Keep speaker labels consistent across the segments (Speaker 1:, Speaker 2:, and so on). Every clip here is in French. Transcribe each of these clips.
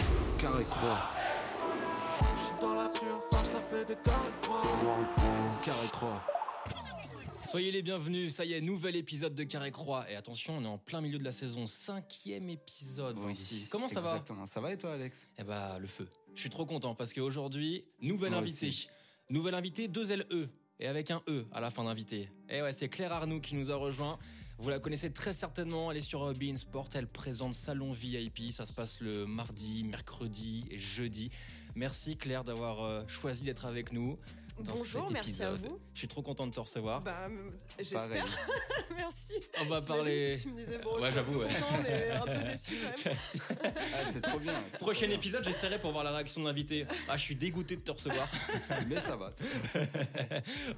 Speaker 1: et croix.
Speaker 2: J'suis dans la surface, ça fait des carrés de croix.
Speaker 1: Carré croix.
Speaker 3: Soyez les bienvenus, ça y est, nouvel épisode de Carré Croix. Et attention, on est en plein milieu de la saison, cinquième épisode
Speaker 4: Oui,
Speaker 3: ici. Comment ça va
Speaker 4: Exactement. Ça va et toi, Alex
Speaker 3: Eh bah, le feu. Je suis trop content parce qu'aujourd'hui, nouvel
Speaker 4: Moi
Speaker 3: invité.
Speaker 4: aussi.
Speaker 3: Nouvel invité, deux LE. Et avec un E à la fin d'invité. Et ouais, c'est Claire Arnoux qui nous a rejoint. Vous la connaissez très certainement. Elle est sur euh, Bein Sport. Elle présente Salon VIP. Ça se passe le mardi, mercredi et jeudi. Merci Claire d'avoir euh, choisi d'être avec nous. dans
Speaker 5: Bonjour,
Speaker 3: cet
Speaker 5: merci à
Speaker 3: épisode. Oh,
Speaker 5: vous.
Speaker 3: Je suis trop content de te recevoir.
Speaker 5: Bah, m- j'espère,
Speaker 4: Pareil.
Speaker 5: merci.
Speaker 3: on va
Speaker 5: T'imagines
Speaker 3: parler.
Speaker 5: Si tu me disais, bon,
Speaker 3: Ouais,
Speaker 5: je suis
Speaker 3: j'avoue, ouais.
Speaker 5: content, mais un peu déçu quand même.
Speaker 4: Ah, c'est trop bien. c'est trop
Speaker 3: Prochain
Speaker 4: bien.
Speaker 3: épisode, j'essaierai pour voir la réaction de l'invité. Ah, je suis dégoûté de te recevoir.
Speaker 4: Mais ça va.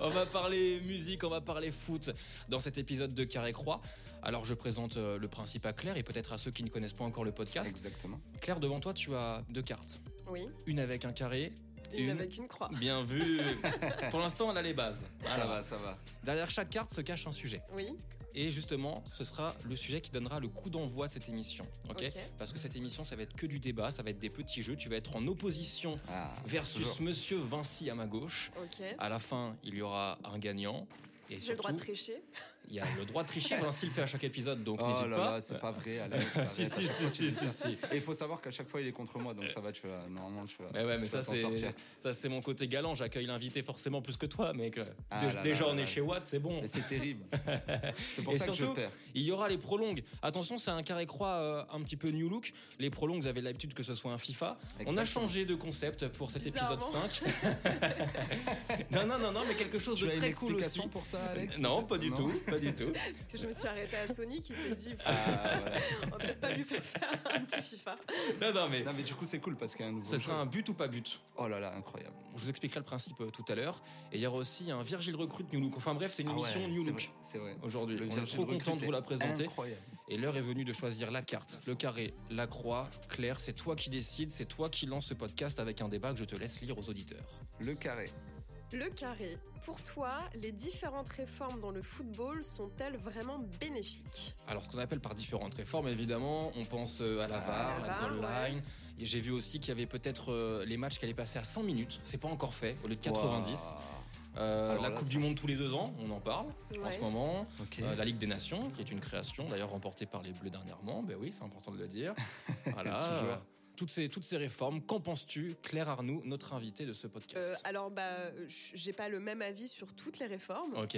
Speaker 3: On va parler musique, on va parler foot dans cet épisode de Carré Croix. Alors je présente euh, le principe à Claire et peut-être à ceux qui ne connaissent pas encore le podcast.
Speaker 4: Exactement.
Speaker 3: Claire, devant toi, tu as deux cartes.
Speaker 5: Oui,
Speaker 3: Une avec un carré.
Speaker 5: une,
Speaker 3: Une.
Speaker 5: avec une croix.
Speaker 3: Bien vu. Pour l'instant, elle a les bases.
Speaker 4: ça
Speaker 3: Alors,
Speaker 4: va, ça va.
Speaker 3: Derrière chaque carte se cache un sujet.
Speaker 5: Oui,
Speaker 3: Et justement, ce sera le sujet qui donnera le coup d'envoi de cette émission.
Speaker 5: Ok.
Speaker 3: ok Parce que cette émission, ça va être que du débat, ça va être des petits jeux. Tu vas être en opposition
Speaker 4: Ah,
Speaker 3: versus
Speaker 4: toujours.
Speaker 3: Monsieur Vinci à ma gauche.
Speaker 5: ok.
Speaker 3: À la fin, il y aura un gagnant. Ah, Et
Speaker 5: J'ai le droit
Speaker 3: surtout,
Speaker 5: de tricher.
Speaker 3: il y a le droit de tricher. Vinci le fait à chaque épisode, donc
Speaker 4: Oh
Speaker 3: n'hésite
Speaker 4: là
Speaker 3: pas.
Speaker 4: là, c'est pas vrai, Alex. arrête,
Speaker 3: si,
Speaker 4: à
Speaker 3: si,
Speaker 4: chaque
Speaker 3: si,
Speaker 4: fois, tu
Speaker 3: si,
Speaker 4: dis
Speaker 3: si,
Speaker 4: ça.
Speaker 3: si.
Speaker 4: Et il faut savoir qu'à chaque fois, il est contre moi, donc ça va, tu vas. Normalement, tu vas.
Speaker 3: Mais ouais, mais
Speaker 4: tu vas
Speaker 3: ça
Speaker 4: t'en
Speaker 3: c'est
Speaker 4: sortir.
Speaker 3: ça c'est mon côté galant. J'accueille l'invité forcément plus que toi, mec.
Speaker 4: Ah
Speaker 3: Dé-
Speaker 4: là là
Speaker 3: déjà
Speaker 4: là
Speaker 3: on est
Speaker 4: là.
Speaker 3: chez Watt, c'est bon.
Speaker 4: Mais c'est terrible. C'est pour
Speaker 3: Et
Speaker 4: ça que je
Speaker 3: surtout,
Speaker 4: perds.
Speaker 3: il y aura les prolongues. Attention, c'est un carré croix euh, un petit peu new look. Les prolongues, vous avez l'habitude que ce soit un FIFA. On a
Speaker 4: Exactement.
Speaker 3: changé de concept pour cet épisode
Speaker 5: Bizarrement.
Speaker 3: 5. non, non, non, non, mais quelque chose
Speaker 4: Tu
Speaker 3: de
Speaker 4: as une
Speaker 3: très cool
Speaker 4: explication
Speaker 3: aussi.
Speaker 4: pour ça, Alex
Speaker 3: Non, pas du
Speaker 4: Non.
Speaker 3: tout, pas du tout.
Speaker 5: Parce que je me suis arrêtée à Sony qui s'est dit, pff,
Speaker 4: Ah, voilà.
Speaker 5: on va peut-être pas lui faire faire un petit FIFA.
Speaker 3: Non, non, mais
Speaker 4: Non, mais du coup, c'est cool parce qu'il y a un nouveau.
Speaker 3: ce
Speaker 4: jeu.
Speaker 3: sera un but ou pas but.
Speaker 4: Oh là là, incroyable.
Speaker 3: Je vous expliquerai le principe euh, tout à l'heure. Et il y aura aussi un Virgile Recrute New Look. Enfin bref, c'est une
Speaker 4: Ah ouais,
Speaker 3: émission New
Speaker 4: c'est
Speaker 3: Look.
Speaker 4: vrai, C'est vrai.
Speaker 3: Aujourd'hui, on est
Speaker 4: Virgin
Speaker 3: trop content de
Speaker 4: Recruit
Speaker 3: vous la
Speaker 4: est
Speaker 3: présenter.
Speaker 4: Incroyable.
Speaker 3: Et l'heure est venue de choisir la carte, le carré, la croix. Claire, c'est toi qui décides, c'est toi qui lance ce podcast avec un débat que je te laisse lire aux auditeurs.
Speaker 4: Le carré.
Speaker 5: Le carré. Pour toi, les différentes réformes dans le football sont-elles vraiment bénéfiques
Speaker 3: Alors, ce qu'on appelle par différentes réformes, évidemment, on pense euh, à la
Speaker 4: Ah,
Speaker 3: VAR,
Speaker 5: la
Speaker 3: la
Speaker 5: VAR,
Speaker 3: goal line. Et J'ai vu aussi qu'il y avait peut-être euh, les matchs qui allaient passer à 100 minutes. C'est pas encore fait, au lieu de 90. Euh,
Speaker 4: Alors
Speaker 3: la
Speaker 4: Ah, là,
Speaker 3: Coupe
Speaker 4: ça-
Speaker 3: du Monde tous les deux ans, on en parle en ce moment.
Speaker 4: Waouh. Ok.
Speaker 3: Euh, la Ligue des Nations, qui est une création, d'ailleurs remportée par les Bleus dernièrement, ben oui, c'est important de le dire. Voilà.
Speaker 4: Toujours.
Speaker 3: euh, Toutes ces, toutes ces réformes, qu'en penses-tu, Claire Arnoux, notre invitée de ce
Speaker 5: Euh,
Speaker 3: podcast
Speaker 5: Alors, bah, j'ai pas le même avis sur toutes les réformes.
Speaker 3: Ok,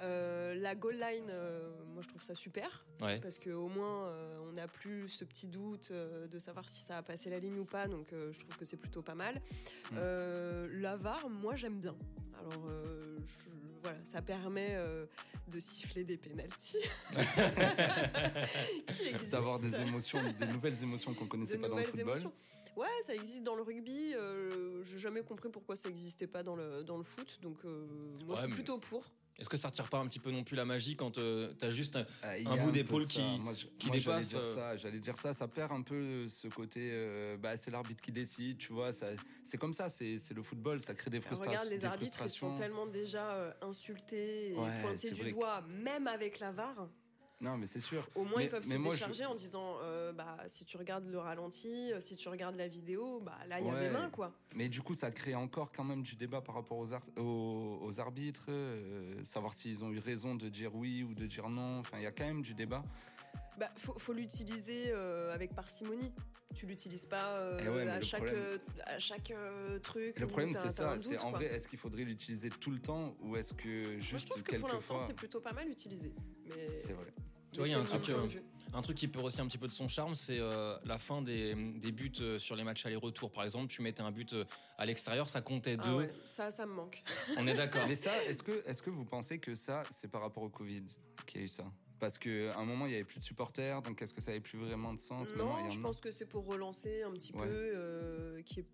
Speaker 5: Euh, la goal line, euh, moi je trouve ça super.
Speaker 3: ouais.
Speaker 5: Parce qu'au moins, euh, on n'a plus ce petit doute euh, de savoir si ça a passé la ligne ou pas. Donc, euh, je trouve que c'est plutôt pas mal.
Speaker 4: Mm.
Speaker 5: Euh, la VAR, moi, j'aime bien. Alors, euh, je- voilà, ça permet euh, de siffler des pénalties. Qui existent.
Speaker 4: D'avoir des émotions, des nouvelles émotions qu'on connaissait
Speaker 5: De
Speaker 4: pas dans le
Speaker 5: nouvelles
Speaker 4: football.
Speaker 5: émotions. Ouais, ça existe dans le rugby. euh, J'ai jamais compris pourquoi ça n'existait pas dans le, dans le foot. Donc, euh,
Speaker 3: Ouais,
Speaker 5: moi, je suis
Speaker 3: mais-
Speaker 5: plutôt pour.
Speaker 3: Est-ce que ça retire pas un petit peu non plus la magie quand euh, t'as juste un...
Speaker 4: Ah, il y
Speaker 3: Un
Speaker 4: a
Speaker 3: bout
Speaker 4: peu
Speaker 3: d'épaule
Speaker 4: de ça.
Speaker 3: qui-
Speaker 4: moi, je-
Speaker 3: qui
Speaker 4: moi,
Speaker 3: dépasse,
Speaker 4: J'allais
Speaker 3: euh,
Speaker 4: dire ça. J'allais dire ça. Ça perd un peu ce côté. euh, bah, c'est l'arbitre qui décide. Tu vois, ça- c'est comme ça. C'est c'est le football. Ça crée des, frustra-
Speaker 5: Bah, Ah, Regarde, les
Speaker 4: des
Speaker 5: arbitres ils
Speaker 4: frustrations.
Speaker 5: sont tellement déjà euh, insultés et
Speaker 4: Ouais,
Speaker 5: pointés
Speaker 4: c'est
Speaker 5: du
Speaker 4: vrai que-
Speaker 5: doigt, même avec la VAR.
Speaker 4: Non, mais c'est sûr.
Speaker 5: Au moins,
Speaker 4: Mais-
Speaker 5: ils peuvent
Speaker 4: mais
Speaker 5: se
Speaker 4: moi, je-
Speaker 5: décharger en disant euh, bah, si tu regardes le ralenti, euh, si tu regardes la vidéo, bah, là, il y a
Speaker 4: Ouais.
Speaker 5: des mains, quoi.
Speaker 4: Mais du coup, ça crée encore quand même du débat par rapport aux, ar- aux, aux arbitres, euh, savoir s'ils ont eu raison de dire oui ou de dire non. Enfin, il y a quand même du débat.
Speaker 5: Bah, faut, faut l'utiliser euh, avec parcimonie. Tu l'utilises pas euh,
Speaker 4: Eh ouais, mais
Speaker 5: à,
Speaker 4: le
Speaker 5: chaque,
Speaker 4: problème-
Speaker 5: euh, à chaque euh, truc.
Speaker 4: Le
Speaker 5: où
Speaker 4: problème,
Speaker 5: t'as-
Speaker 4: c'est
Speaker 5: t'as un
Speaker 4: ça.
Speaker 5: doute,
Speaker 4: C'est en
Speaker 5: quoi.
Speaker 4: vrai, est-ce qu'il faudrait l'utiliser tout le temps ou est-ce que
Speaker 5: Moi, je
Speaker 4: juste
Speaker 5: trouve que pour
Speaker 4: quelques
Speaker 5: l'instant,
Speaker 4: fois
Speaker 5: c'est plutôt pas mal utilisé. Mais
Speaker 4: C'est vrai.
Speaker 3: Tu vois, il y a
Speaker 5: mais
Speaker 3: un
Speaker 5: c'est mon
Speaker 3: truc,
Speaker 5: point
Speaker 3: euh,
Speaker 5: de vue.
Speaker 3: Un truc qui perd aussi un petit peu de son charme, c'est euh, la fin des, des buts euh, sur les matchs aller-retour. Par exemple, tu mettais un but euh, à l'extérieur, ça comptait deux.
Speaker 5: Ah ouais, ça, ça me manque.
Speaker 3: On est d'accord.
Speaker 4: Mais ça, est-ce que, est-ce que vous pensez que ça, c'est par rapport au Covid qu'il y a eu ça Parce qu'à un moment, il n'y avait plus de supporters, donc est-ce que ça n'avait plus vraiment de sens Maintenant, il y
Speaker 5: Non,
Speaker 4: en
Speaker 5: je
Speaker 4: a.
Speaker 5: pense que c'est pour relancer un petit
Speaker 4: Ouais.
Speaker 5: peu, euh, qui est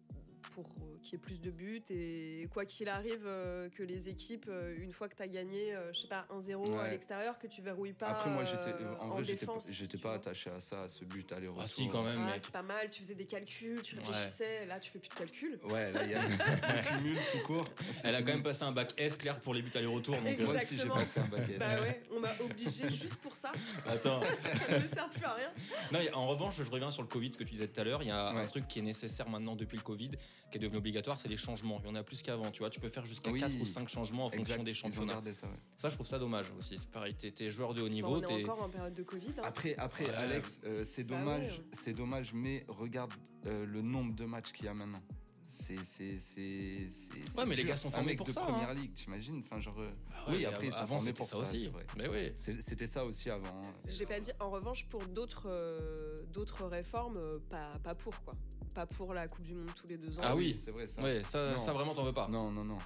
Speaker 5: pour euh, qu'il y ait plus de buts et quoi qu'il arrive euh, que les équipes euh, une fois que tu as gagné euh, je sais pas 1-0 à
Speaker 4: Ouais.
Speaker 5: l'extérieur que tu verrouilles pas
Speaker 4: Après, moi,
Speaker 5: euh,
Speaker 4: j'étais, en vrai, j'étais pas,
Speaker 5: défense,
Speaker 4: j'étais
Speaker 5: tu
Speaker 4: pas
Speaker 5: vois.
Speaker 4: attaché à ça, à ce but aller-retour.
Speaker 3: Ah si, quand même,
Speaker 5: Ah,
Speaker 3: mais
Speaker 5: c'est pas mal, tu faisais des calculs, tu
Speaker 3: Ouais.
Speaker 5: réfléchissais, là tu fais plus de calculs.
Speaker 4: Ouais, là, il y a le cumul tout court. C'est
Speaker 3: elle a
Speaker 4: fini.
Speaker 3: quand même passé un bac S clair pour les buts aller-retour. donc, euh,
Speaker 5: Exact.
Speaker 4: Moi aussi, j'ai
Speaker 5: Exactement.
Speaker 4: passé un bac S.
Speaker 5: Bah ouais, on m'a obligé juste pour ça,
Speaker 3: Attends.
Speaker 5: ça ne me sert plus à rien.
Speaker 3: Non, et en revanche, je reviens sur le Covid, ce que tu disais tout à l'heure. Il y a un
Speaker 4: Ouais.
Speaker 3: truc qui est nécessaire maintenant depuis le Covid, qui est devenu obligatoire, c'est les changements. Il y en a plus qu'avant. Tu vois, tu peux faire jusqu'à
Speaker 4: Oui.
Speaker 3: 4 ou 5 changements en
Speaker 4: Exact,
Speaker 3: fonction des
Speaker 4: ils ont
Speaker 3: championnats.
Speaker 4: gardé ça, ouais.
Speaker 3: Ça, je trouve ça dommage aussi. C'est pareil, t'es, t'es joueur de haut
Speaker 5: Bon,
Speaker 3: niveau.
Speaker 5: on est
Speaker 3: t'es...
Speaker 5: encore en période de Covid. hein.
Speaker 4: Après, après
Speaker 3: Ouais.
Speaker 4: Alex, euh, c'est
Speaker 5: Bah
Speaker 4: dommage,
Speaker 5: ouais.
Speaker 4: c'est dommage, mais regarde euh, le nombre de matchs qu'il y a maintenant. C'est, c'est, c'est, c'est- c'est
Speaker 3: mais les
Speaker 4: dur.
Speaker 3: gars sont
Speaker 4: Un
Speaker 3: formés
Speaker 4: mec
Speaker 3: pour
Speaker 4: de
Speaker 3: ça,
Speaker 4: première ligue, t'imagines Enfin, genre, euh,
Speaker 3: Bah
Speaker 4: Oui,
Speaker 3: mais
Speaker 4: après, ils sont
Speaker 3: avant,
Speaker 4: formés
Speaker 3: c'était
Speaker 4: pour
Speaker 3: ça
Speaker 4: ça,
Speaker 3: aussi.
Speaker 4: c'est vrai.
Speaker 3: Mais oui.
Speaker 4: c'est- c'était ça aussi avant. hein.
Speaker 5: J'ai pas dit, en revanche, pour d'autres euh, d'autres réformes, euh, pas, pas pour quoi. Pas pour la Coupe du Monde tous les deux ans.
Speaker 3: Ah oui.
Speaker 4: c'est vrai ça.
Speaker 3: Ouais, ça,
Speaker 4: Non.
Speaker 3: ça vraiment, t'en veux pas.
Speaker 4: Non, non, non.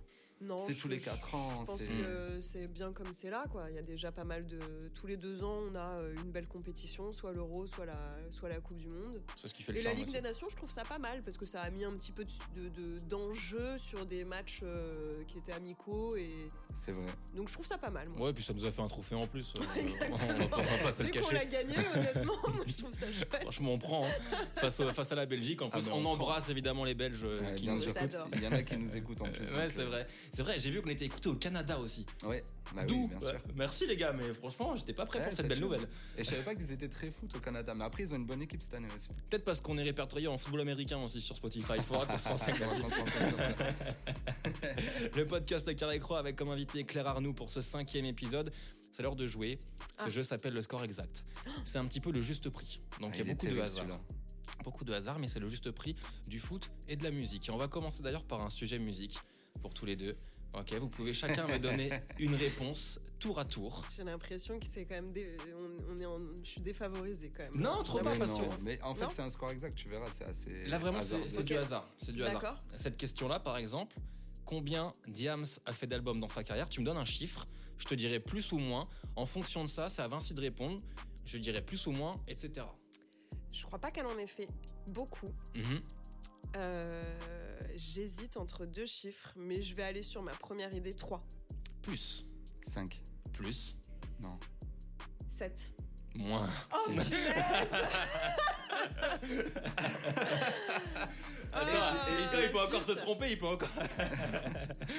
Speaker 5: Non,
Speaker 4: C'est
Speaker 5: je-
Speaker 4: tous les
Speaker 5: je-
Speaker 4: quatre ans,
Speaker 3: hein,
Speaker 5: Je pense
Speaker 4: c'est-
Speaker 5: que c'est bien comme c'est là, quoi. Il y a déjà pas mal de. Tous les deux ans, on a euh, une belle compétition, soit l'Euro, soit la, soit la Coupe du Monde.
Speaker 3: C'est ce qui fait le
Speaker 5: Et la
Speaker 3: charme.
Speaker 5: Ligue
Speaker 3: aussi.
Speaker 5: des Nations, je trouve ça pas mal parce que ça a mis un petit peu de- de- d'enjeu sur des matchs euh, qui étaient amicaux et
Speaker 4: C'est vrai.
Speaker 5: donc je trouve ça pas mal. Moi.
Speaker 3: Ouais, puis ça nous a fait un trophée en plus. euh, on
Speaker 5: Exactement.
Speaker 3: va pas- on va pas se le
Speaker 5: Vu qu'on l'a
Speaker 3: cacher.
Speaker 5: gagné, honnêtement, moi, je trouve ça chouette.
Speaker 3: Franchement, on prend hein. face, au- face à la Belgique. En
Speaker 4: Ah,
Speaker 3: plus,
Speaker 4: mais
Speaker 3: on,
Speaker 4: on
Speaker 3: embrasse évidemment les Belges euh,
Speaker 4: Ouais,
Speaker 3: qui
Speaker 4: bien
Speaker 3: nous
Speaker 4: sûr.
Speaker 5: adorent.
Speaker 4: Il y en a qui nous écoutent en
Speaker 3: Euh,
Speaker 4: plus.
Speaker 3: ouais,
Speaker 4: donc,
Speaker 3: c'est
Speaker 4: euh,
Speaker 3: vrai. C'est vrai, j'ai vu qu'on était écouté au Canada aussi.
Speaker 4: Ouais, bah oui,
Speaker 3: D'où
Speaker 4: bien sûr.
Speaker 3: Ouais, Euh, Merci les gars, mais franchement, j'étais pas prêt
Speaker 4: Ouais,
Speaker 3: pour cette
Speaker 4: c'est
Speaker 3: belle
Speaker 4: cool.
Speaker 3: nouvelle.
Speaker 4: Et je savais pas qu'ils étaient très foot au Canada, mais après ils ont une bonne équipe cette année aussi.
Speaker 3: Peut-être parce qu'on est répertorié en football américain aussi sur Spotify. Il faudra qu'on se renseigne.
Speaker 4: On va se concentrer sur ça.
Speaker 3: Le podcast Carré Croix avec comme invité Claire Arnoux pour ce cinquième épisode. C'est l'heure de jouer. Ce
Speaker 5: Ah.
Speaker 3: jeu s'appelle le score exact. C'est un petit peu le juste prix. Donc
Speaker 4: Ah,
Speaker 3: il y a
Speaker 4: est
Speaker 3: beaucoup de
Speaker 4: terrible,
Speaker 3: hasard.
Speaker 4: celui-là.
Speaker 3: Beaucoup de hasard, mais c'est le juste prix du foot et de la musique. Et on va commencer d'ailleurs par un sujet musique pour tous les deux. Ok, vous pouvez chacun me donner une réponse tour à tour.
Speaker 5: J'ai l'impression que c'est quand même. Des... On, on est en... Je suis défavorisée quand même.
Speaker 3: Non, trop pas
Speaker 4: Mais
Speaker 3: parce
Speaker 4: non,
Speaker 3: que
Speaker 4: Mais en fait,
Speaker 5: Non
Speaker 4: c'est un score exact, tu verras, c'est assez.
Speaker 3: là vraiment c'est
Speaker 4: hasardeux.
Speaker 3: c'est du
Speaker 5: Ok.
Speaker 3: hasard. C'est du hasard.
Speaker 5: D'accord.
Speaker 3: Cette question-là, par exemple, combien Diams a fait d'albums dans sa carrière Tu me donnes un chiffre, je te dirai plus ou moins. En fonction de ça, c'est à Vinci de répondre. Je dirai plus ou moins, etc.
Speaker 5: Je crois pas qu'elle en ait fait beaucoup.
Speaker 3: Mhm.
Speaker 5: Euh, J'hésite entre deux chiffres, mais je vais aller sur ma première idée 3.
Speaker 3: Plus,
Speaker 4: 5.
Speaker 3: plus,
Speaker 4: Non.
Speaker 5: 7.
Speaker 3: moins.
Speaker 5: Oh,
Speaker 4: Six.
Speaker 5: punaise Ah,
Speaker 3: Attends, putain, il peut encore se
Speaker 5: zut.
Speaker 3: tromper, il peut encore.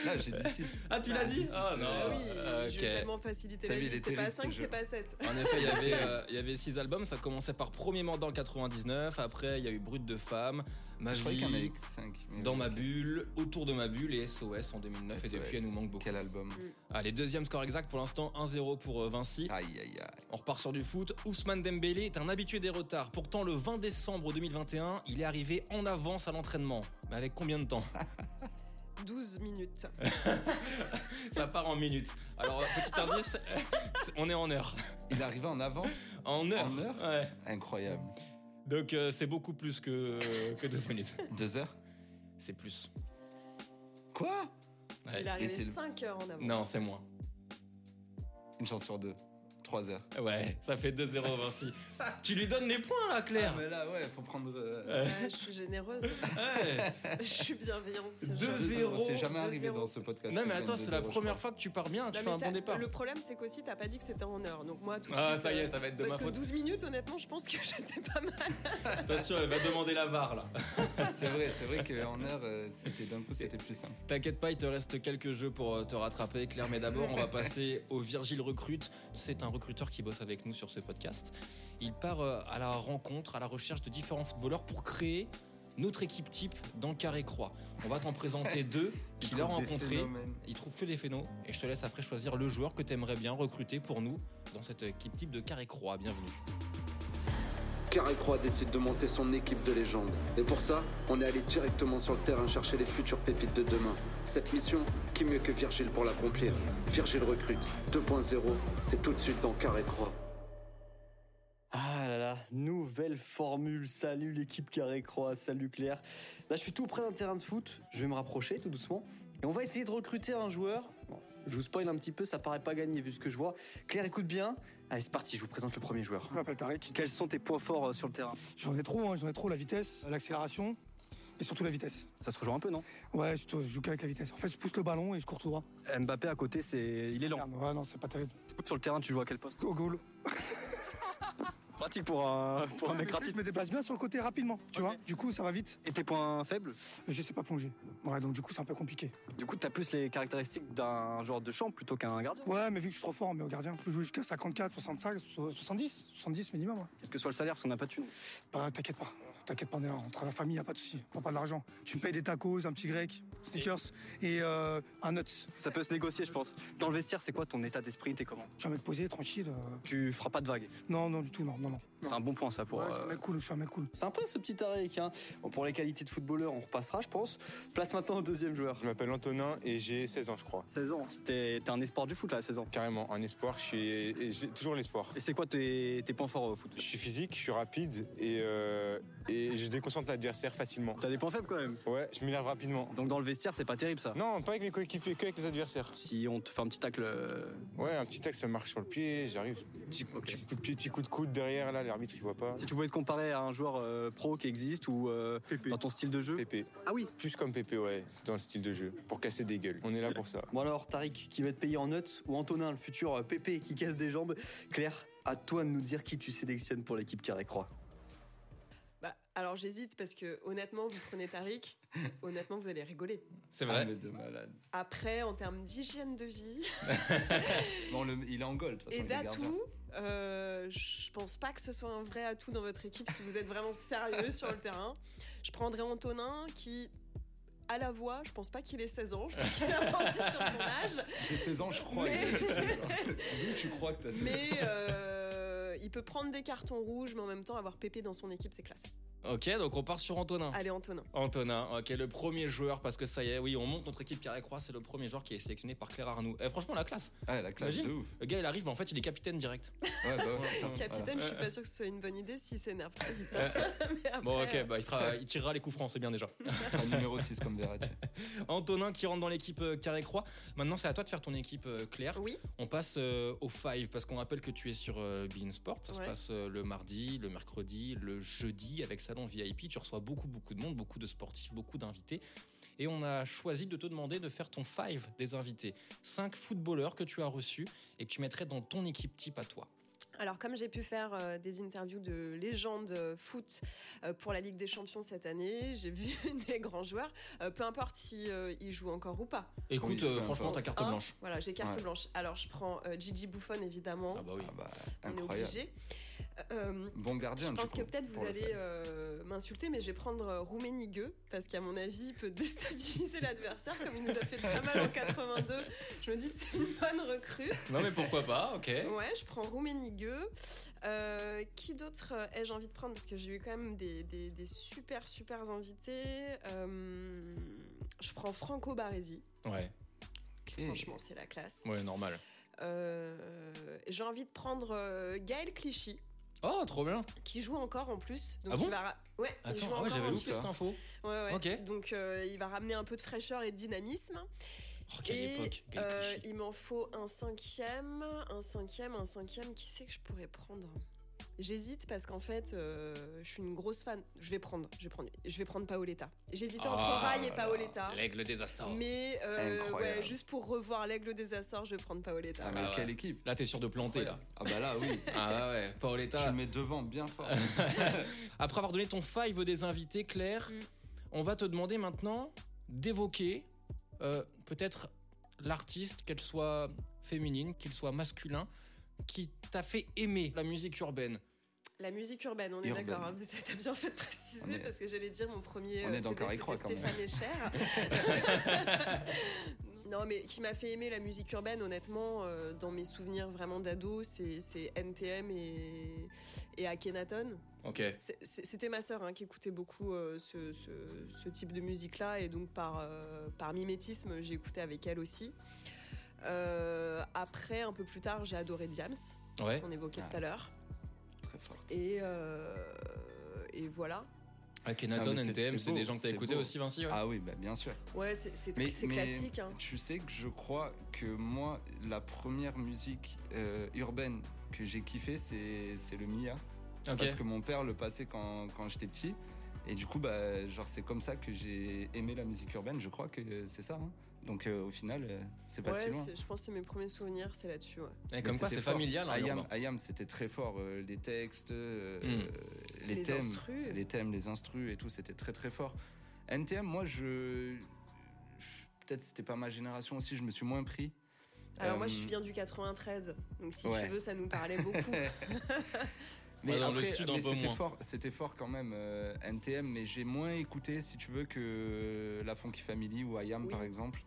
Speaker 4: Là, j'ai dit 6.
Speaker 3: Ah, tu
Speaker 5: Ah,
Speaker 3: l'as dit
Speaker 4: si,
Speaker 3: Ah
Speaker 4: si,
Speaker 3: non.
Speaker 5: Ah oui,
Speaker 3: Ok.
Speaker 5: je vais tellement faciliter
Speaker 4: T'as
Speaker 5: la
Speaker 4: vu,
Speaker 5: vie.
Speaker 4: il est
Speaker 5: C'est pas
Speaker 4: terrible, ce
Speaker 5: 5,
Speaker 4: jeu.
Speaker 5: c'est pas 7.
Speaker 3: En effet, il y avait, euh, il y avait six albums. Ça commençait par Premier Mordant en 99. Après, il y a eu Brut de femme, Ma
Speaker 4: Je croyais qu'il y en
Speaker 3: vie,
Speaker 4: avait 5.
Speaker 3: Dans ma bulle, Autour de ma bulle et SOS en 2009. Et depuis, elle nous manque beaucoup.
Speaker 4: Quel album
Speaker 3: Allez, deuxième score exact pour l'instant 1-0 pour euh, Vinci.
Speaker 4: Aïe, aïe, aïe.
Speaker 3: On repart sur du foot. Ousmane Dembélé est un habitué des retards. Pourtant, le 20 décembre 2021, il est arrivé en avance à l'entraînement. Mais avec combien de temps
Speaker 5: 12 minutes.
Speaker 3: Ça part en minutes. Alors, euh, petit indice, c'est- on est en heure.
Speaker 4: Il arrivait en avance
Speaker 3: En heure.
Speaker 4: En heure
Speaker 3: Ouais.
Speaker 4: Incroyable.
Speaker 3: Donc, euh, c'est beaucoup plus que, que 12 minutes.
Speaker 4: 2 heures
Speaker 3: C'est plus.
Speaker 4: Quoi
Speaker 3: Ouais.
Speaker 5: Il est
Speaker 4: c'est
Speaker 5: arrivé
Speaker 4: le-
Speaker 5: 5 heures en avance.
Speaker 3: Non, c'est moins.
Speaker 4: Une chance sur deux. 3 heures.
Speaker 3: Ouais, ça fait 2-0 Vinci. tu lui donnes les points là, Claire
Speaker 4: mais là, ouais, faut prendre. euh,
Speaker 3: Ouais.
Speaker 5: Ouais, je suis généreuse.
Speaker 3: Ouais.
Speaker 5: je suis bienveillante. c'est
Speaker 3: Deux
Speaker 5: gentil.
Speaker 3: zéro.
Speaker 4: C'est jamais
Speaker 5: Deux
Speaker 4: arrivé
Speaker 5: zéro.
Speaker 4: dans ce podcast.
Speaker 3: Non,
Speaker 4: que
Speaker 3: mais
Speaker 4: je
Speaker 3: attends,
Speaker 4: gagne
Speaker 3: c'est la
Speaker 4: 2-0, je
Speaker 3: première
Speaker 4: crois.
Speaker 3: fois que tu pars bien. Tu
Speaker 5: Non,
Speaker 3: fais
Speaker 5: mais
Speaker 3: un
Speaker 5: t'as-
Speaker 3: bon départ.
Speaker 5: Le problème, c'est qu'aussi, t'as pas dit que c'était en heure. Donc, moi, tout de
Speaker 3: Ah,
Speaker 5: suite,
Speaker 3: ça y
Speaker 5: euh,
Speaker 3: est, ça va être de ma
Speaker 5: Parce que
Speaker 3: faute.
Speaker 5: 12 minutes, honnêtement, je pense que j'étais pas mal.
Speaker 3: Attention, elle va demander la VAR là.
Speaker 4: C'est vrai, c'est vrai qu'en heure, euh, c'était d'un coup, c'était plus simple.
Speaker 3: T'inquiète pas, il te reste quelques jeux pour euh, te rattraper, Claire. Mais d'abord, on va passer au Virgile Recrute. C'est un recruteur qui bosse avec nous sur ce podcast. Il part euh, à la rencontre, à la recherche de différents footballeurs pour créer notre équipe type dans Carré Croix. On va t'en présenter deux qu'il a
Speaker 4: Trouve des
Speaker 3: rencontrés.
Speaker 4: phénomènes.
Speaker 3: Il trouve que des phénos et je te laisse après choisir le joueur que t'aimerais bien recruter pour nous dans cette équipe type de Carré Croix. Bienvenue.
Speaker 6: Carré-Croix décide de monter son équipe de légende. Et pour ça, on est allé directement sur le terrain chercher les futures pépites de demain. Cette mission, qui mieux que Virgile pour l'accomplir Virgile recrute. 2.0, c'est tout de suite dans Carré-Croix.
Speaker 7: Ah là là, nouvelle formule. Salut l'équipe Carré-Croix, salut Claire. Là, je suis tout près d'un terrain de foot. Je vais me rapprocher tout doucement. Et on va essayer de recruter un joueur. Bon, je vous spoil un petit peu, ça paraît pas gagné vu ce que je vois. Claire, écoute bien. Allez, c'est parti, je vous présente le premier joueur.
Speaker 8: Je m'appelle Tariq.
Speaker 7: Quels sont tes points forts euh, sur le terrain
Speaker 8: J'en ai trop, hein, j'en ai trop la vitesse, euh, l'accélération. Et surtout la vitesse.
Speaker 9: Ça se rejoint un peu, non
Speaker 8: Ouais, je, je joue qu'avec la vitesse. En fait, je pousse le ballon et je cours tout droit.
Speaker 9: Mbappé à côté, c'est il est lent.
Speaker 8: Merde, Ouais, non, c'est pas terrible.
Speaker 9: Sur le terrain, tu joues à quel poste
Speaker 8: Au goal.
Speaker 9: Pratique pour un, pour un mec
Speaker 8: Je
Speaker 9: rapide.
Speaker 8: me déplace bien sur le côté rapidement, tu vois. Du coup, ça va vite.
Speaker 9: Et tes points faibles
Speaker 8: Je sais pas plonger. Ouais, donc du coup, c'est un peu compliqué.
Speaker 9: Du coup, t'as plus les caractéristiques d'un joueur de champ plutôt qu'un gardien.
Speaker 8: Ouais, mais vu que je suis trop fort, mais au gardien, je peux jouer jusqu'à 54, 65, so- 70, 70 minimum. ouais.
Speaker 9: Quel que soit le salaire, parce qu'on n'a pas de thunes.
Speaker 8: Bah, t'inquiète pas. T'inquiète pas, on est là. Entre la famille, y a pas de souci. On prend pas de l'argent. Tu me payes des tacos, un petit grec, stickers et euh, un nuts.
Speaker 9: Ça peut se négocier, je pense. Dans le vestiaire, c'est quoi ton état d'esprit T'es comment
Speaker 8: Je vais me poser tranquille. euh.
Speaker 9: Tu feras pas de vagues.
Speaker 8: Non, non, du tout, non, non, non.
Speaker 9: C'est un bon point, ça, pour.
Speaker 8: Ouais, je suis un
Speaker 9: euh,
Speaker 8: mec cool, je suis un mec cool.
Speaker 7: Sympa ce petit arrêt, hein. Bon, pour les qualités de footballeur, on repassera, je pense. Place maintenant au deuxième joueur.
Speaker 10: Je m'appelle Antonin et j'ai 16 ans, je crois.
Speaker 9: 16 ans. T'es t'es un espoir du foot, là, à 16 ans.
Speaker 10: Carrément, un espoir. Je suis, et j'ai toujours l'espoir.
Speaker 9: Et c'est quoi tes, tes points forts au foot
Speaker 10: Je suis physique, je suis rapide et, euh, et je déconcentre l'adversaire facilement.
Speaker 9: T'as des points faibles quand même.
Speaker 10: Ouais, je m'énerve rapidement.
Speaker 9: Donc dans le vestiaire, c'est pas terrible ça.
Speaker 10: Non, pas avec mes coéquipiers, que avec les adversaires.
Speaker 9: Si on te fait un petit tacle, euh,
Speaker 10: Ouais, un petit tac, ça marche sur le pied, j'arrive, petit, petit coup de pied, petit coup de coude derrière, là, l'arbitre, il voit pas.
Speaker 9: si tu pouvais te comparer à un joueur euh, pro qui existe ou euh, dans ton style de jeu.
Speaker 10: Pépé.
Speaker 9: Ah oui.
Speaker 10: Plus comme Pépé, ouais, dans le style de jeu, pour casser des gueules. On est là pour ça.
Speaker 7: Bon alors, Tariq qui va être payé en nuts ou Antonin, le futur euh, Pépé qui casse des jambes. Claire, à toi de nous dire qui tu sélectionnes pour l'équipe Carré-Croix.
Speaker 5: Bah, alors j'hésite parce que honnêtement, vous prenez Tariq, honnêtement, vous allez rigoler.
Speaker 3: C'est
Speaker 4: Ah,
Speaker 3: vrai.
Speaker 4: mais de malade.
Speaker 5: Après, en termes d'hygiène de vie
Speaker 4: Bon, le- il est en goal, de toute façon. il
Speaker 5: et
Speaker 4: est gardien.
Speaker 5: d'atout, euh, je pense pas que ce soit un vrai atout dans votre équipe si vous êtes vraiment sérieux sur le terrain. Je prendrais Antonin qui à la voix, je pense pas qu'il ait 16 ans, je pense qu'il a 26 sur son âge.
Speaker 4: J'ai 16 ans, je crois.
Speaker 5: Mais-
Speaker 4: il est- D'où tu crois que t'as 16 ans
Speaker 5: Mais euh, il peut prendre des cartons rouges, mais en même temps avoir Pépé dans son équipe, c'est classe.
Speaker 3: Ok, donc on part sur Antonin.
Speaker 5: Allez Antonin.
Speaker 3: Antonin, ok, le premier joueur, parce que ça y est, oui, on monte notre équipe Carré-Croix, c'est le premier joueur qui est sélectionné par Claire Arnoux. Eh, franchement, la classe.
Speaker 4: Ah, la classe
Speaker 3: Imagine.
Speaker 4: de ouf.
Speaker 3: Le gars, il arrive, mais en fait, il est capitaine direct.
Speaker 4: Ouais, bah ouais, c'est ça.
Speaker 5: Capitaine, je suis
Speaker 3: Euh,
Speaker 5: pas sûre que ce soit une bonne idée s'il s'énerve très vite. hein. Mais après,
Speaker 3: Bon, ok, bah, il, sera, il tirera les coups francs, c'est bien déjà.
Speaker 4: Voilà. C'est un numéro 6 comme Verratti.
Speaker 3: Antonin qui rentre dans l'équipe euh, Carré-Croix. Maintenant, c'est à toi de faire ton équipe, euh, Claire.
Speaker 5: Oui,
Speaker 3: On passe euh, au 5 parce qu'on rappelle que tu es sur euh, Bein Sport. Ça se
Speaker 5: Ouais.
Speaker 3: passe euh, le mardi, le mercredi, le jeudi avec Salon VIP. Tu reçois beaucoup, beaucoup de monde, beaucoup de sportifs, beaucoup d'invités. Et on a choisi de te demander de faire ton 5 des invités. 5 footballeurs que tu as reçus et que tu mettrais dans ton équipe type à toi.
Speaker 5: alors comme j'ai pu faire euh, des interviews de légendes euh, foot euh, pour la Ligue des Champions cette année, j'ai vu des grands joueurs, euh, peu importe si euh, ils jouent encore ou pas.
Speaker 3: Écoute,
Speaker 4: Oui,
Speaker 3: euh,
Speaker 4: peu
Speaker 3: franchement,
Speaker 5: Bon,
Speaker 3: ta carte
Speaker 5: hein,
Speaker 3: blanche.
Speaker 5: Voilà, j'ai carte
Speaker 4: Ouais.
Speaker 5: blanche. Alors je prends euh, Gigi Buffon évidemment,
Speaker 3: Ah bah oui.
Speaker 4: Ah bah,
Speaker 5: on est
Speaker 4: incroyable.
Speaker 5: obligé. Euh,
Speaker 4: Bon gardien,
Speaker 5: Je
Speaker 4: du
Speaker 5: pense
Speaker 4: coup,
Speaker 5: que peut-être
Speaker 4: pour
Speaker 5: vous
Speaker 4: le
Speaker 5: allez
Speaker 4: faire.
Speaker 5: euh, m'insulter, mais je vais prendre euh, Rouménigueux, parce qu'à mon avis, il peut déstabiliser l'adversaire, comme il nous a fait très mal en 82. Je me dis, c'est une bonne recrue.
Speaker 3: Non, mais pourquoi pas, ok.
Speaker 5: Ouais, je prends Rouménigueux. Euh, qui d'autre euh, ai-je envie de prendre Parce que j'ai eu quand même des, des- des super, super invités. Euh, je prends Franco Baresi.
Speaker 3: Ouais,
Speaker 5: euh, Franchement, c'est la classe.
Speaker 3: Mmh. ouais, normal.
Speaker 5: Euh, et j'ai envie de prendre euh, Gaël Clichy,
Speaker 3: Oh, trop bien.
Speaker 5: qui joue encore en plus. Donc
Speaker 3: Ah
Speaker 5: il
Speaker 3: bon
Speaker 5: va ra- Ouais, il
Speaker 3: Attends,
Speaker 5: joue
Speaker 3: ah ouais,
Speaker 5: encore
Speaker 3: j'avais
Speaker 5: en
Speaker 3: loupé
Speaker 5: plus.
Speaker 3: cette info.
Speaker 5: Ouais, ouais.
Speaker 3: Ok.
Speaker 5: Donc euh, il va ramener un peu de fraîcheur et de dynamisme.
Speaker 3: Oh, quelle
Speaker 5: et
Speaker 3: époque. quel
Speaker 5: euh,
Speaker 3: cliché.
Speaker 5: il m'en faut un cinquième, un cinquième, un cinquième. Qui c'est que je pourrais prendre J'hésite parce qu'en fait, euh, je suis une grosse fan. Je vais prendre, je vais prendre, je vais prendre Paoletta. J'hésite entre
Speaker 3: Ah
Speaker 5: Rail et
Speaker 4: là
Speaker 5: Paoletta.
Speaker 3: L'aigle des Açores.
Speaker 5: Mais euh,
Speaker 4: Incroyable.
Speaker 5: ouais, juste pour revoir l'aigle des Açores, je vais prendre Paoletta.
Speaker 4: Ah, mais
Speaker 3: Ah ouais.
Speaker 4: quelle équipe
Speaker 3: Là, t'es sûr de planter, là.
Speaker 4: Ah bah là, oui.
Speaker 3: Ah ouais, ouais,
Speaker 4: Tu le
Speaker 3: Paoletta.
Speaker 4: mets devant, bien fort.
Speaker 3: Après avoir donné ton five des invités, Claire,
Speaker 5: Mm.
Speaker 3: on va te demander maintenant d'évoquer euh, peut-être l'artiste, qu'elle soit féminine, qu'il soit masculin, qui t'a fait aimer la musique urbaine.
Speaker 5: La musique urbaine, on est
Speaker 4: Urbaine.
Speaker 5: d'accord, hein, mais ça t'a bien fait de préciser
Speaker 4: On est-
Speaker 5: parce que j'allais dire mon premier
Speaker 4: On
Speaker 5: euh,
Speaker 4: est dans
Speaker 5: CD,
Speaker 4: Carré-Croix,
Speaker 5: c'était
Speaker 4: quand même.
Speaker 5: Stéphane Echer. non, mais qui m'a fait aimer la musique urbaine, honnêtement, euh, dans mes souvenirs vraiment d'ado, c'est c'est NTM et, et Akhenaton.
Speaker 3: Ok.
Speaker 5: C'est- c'est- C'était ma sœur hein, qui écoutait beaucoup euh, ce, ce- ce type de musique-là, et donc par, euh, par mimétisme, j'ai écouté avec elle aussi. Euh, après, un peu plus tard, j'ai adoré Diams,
Speaker 3: Ouais.
Speaker 5: qu'on évoquait
Speaker 4: Ah.
Speaker 5: tout à l'heure.
Speaker 4: Très fort.
Speaker 5: Et, euh, et voilà.
Speaker 3: Akhenaton,
Speaker 4: Ah, mais c'est-
Speaker 3: NTM,
Speaker 4: c'est
Speaker 3: c'est
Speaker 4: beau,
Speaker 3: des gens que t'as
Speaker 4: c'est
Speaker 3: écouté
Speaker 4: beau.
Speaker 3: aussi, Vinci ouais.
Speaker 4: Ah oui, bah bien sûr.
Speaker 5: Ouais, c'est c'est-
Speaker 4: Mais-
Speaker 5: c'est
Speaker 4: mais-
Speaker 5: classique. hein.
Speaker 4: Tu sais que je crois que moi, la première musique euh, urbaine que j'ai kiffée, c'est c'est le Mia.
Speaker 3: Ok.
Speaker 4: Parce que mon père le passait quand, quand j'étais petit. Et du coup, bah, genre, c'est comme ça que j'ai aimé la musique urbaine. Je crois que euh, c'est ça. hein. Donc, euh, au final, euh, c'est pas
Speaker 5: ouais,
Speaker 4: si loin.
Speaker 5: c'est- je pense que c'est mes premiers souvenirs, c'est là-dessus. Ouais.
Speaker 3: Et comme
Speaker 4: Mais
Speaker 3: quoi,
Speaker 4: c'était
Speaker 3: c'est
Speaker 4: fort.
Speaker 3: familial, hein,
Speaker 4: Ayam,
Speaker 3: Urbain.
Speaker 4: Ayam, c'était très fort. euh, les textes, euh,
Speaker 3: Mm.
Speaker 4: les,
Speaker 5: Les
Speaker 4: thèmes,
Speaker 5: instrus.
Speaker 4: les thèmes, les instrus et tout, c'était très très fort. NTM, moi, je peut-être c'était pas ma génération aussi, je me suis moins pris.
Speaker 5: Alors
Speaker 4: Euh,
Speaker 5: moi, je viens du 93, donc si
Speaker 4: ouais.
Speaker 5: tu veux, ça nous parlait beaucoup.
Speaker 4: Mais
Speaker 3: Ouais, dans le
Speaker 4: après,
Speaker 3: sud, un
Speaker 4: mais
Speaker 3: peu
Speaker 4: c'était
Speaker 3: moins.
Speaker 4: fort, c'était fort quand même euh, NTM, mais j'ai moins écouté, si tu veux, que euh, la Funky Family ou IAM
Speaker 5: Oui.
Speaker 4: par exemple.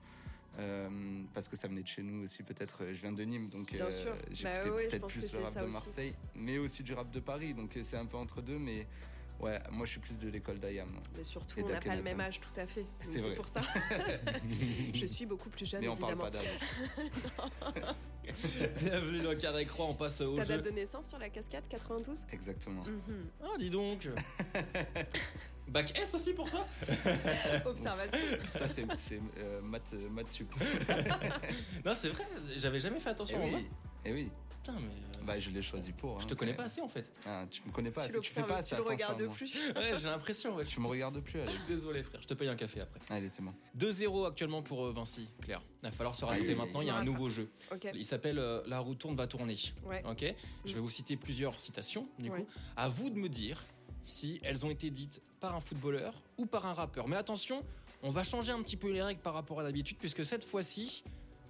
Speaker 4: Euh, parce que ça venait de chez nous aussi peut-être euh, je viens de Nîmes donc
Speaker 5: Bien sûr. Bah
Speaker 4: j'écoutais
Speaker 5: ouais, ouais, je
Speaker 4: peut-être
Speaker 5: pense
Speaker 4: plus
Speaker 5: que
Speaker 4: le
Speaker 5: c'est
Speaker 4: rap
Speaker 5: ça
Speaker 4: de
Speaker 5: aussi.
Speaker 4: Marseille mais aussi du rap de Paris donc euh, c'est un peu entre deux mais ouais moi je suis plus de l'école d'IAM
Speaker 5: Mais surtout,
Speaker 4: Et
Speaker 5: on n'a
Speaker 4: Duncan
Speaker 5: pas le même
Speaker 4: Nathan.
Speaker 5: âge, tout à fait. Donc
Speaker 4: C'est
Speaker 5: C'est
Speaker 4: vrai.
Speaker 5: pour ça. je suis beaucoup plus jeune,
Speaker 4: mais on parle
Speaker 5: évidemment.
Speaker 4: pas d'âge
Speaker 3: Bienvenue dans Carré Croix, on passe au
Speaker 5: Ta
Speaker 3: jeu.
Speaker 5: date de naissance sur la cascade 92
Speaker 4: exactement
Speaker 5: Mhm.
Speaker 3: Ah, dis donc Bac S aussi pour ça
Speaker 5: Observation.
Speaker 4: ça c'est c'est, euh, maths maths sup
Speaker 3: Non, c'est vrai, j'avais jamais fait
Speaker 4: et
Speaker 3: attention en vrai.
Speaker 4: Eh oui et oui
Speaker 3: Putain, mais. euh,
Speaker 4: bah je l'ai choisi pour
Speaker 3: je
Speaker 4: hein,
Speaker 3: te connais
Speaker 4: mais-
Speaker 3: pas assez en fait.
Speaker 4: Ah, tu me connais pas
Speaker 5: tu
Speaker 4: assez, tu fais
Speaker 5: l'observes,
Speaker 4: pas
Speaker 5: tu
Speaker 4: assez
Speaker 5: le
Speaker 4: attention à
Speaker 5: regardes
Speaker 4: moi.
Speaker 5: plus.
Speaker 3: Ouais, j'ai l'impression, ouais. je
Speaker 4: Tu me regardes plus, Alex.
Speaker 3: suis Désolé frère, je te paye un café après.
Speaker 4: Allez, c'est bon.
Speaker 3: 2-0 actuellement pour euh, Vinci, Claire. Il va falloir se rattraper
Speaker 4: Aïe.
Speaker 3: maintenant, il y a un nouveau jeu.
Speaker 5: Ok,
Speaker 3: Il s'appelle euh, La roue tourne va tourner.
Speaker 5: ouais.
Speaker 3: Ok Je vais vous citer plusieurs citations, du
Speaker 5: Ouais.
Speaker 3: coup. À vous de me dire si elles ont été dites par un footballeur ou par un rappeur. Mais attention, on va changer un petit peu les règles par rapport à l'habitude, puisque cette fois-ci,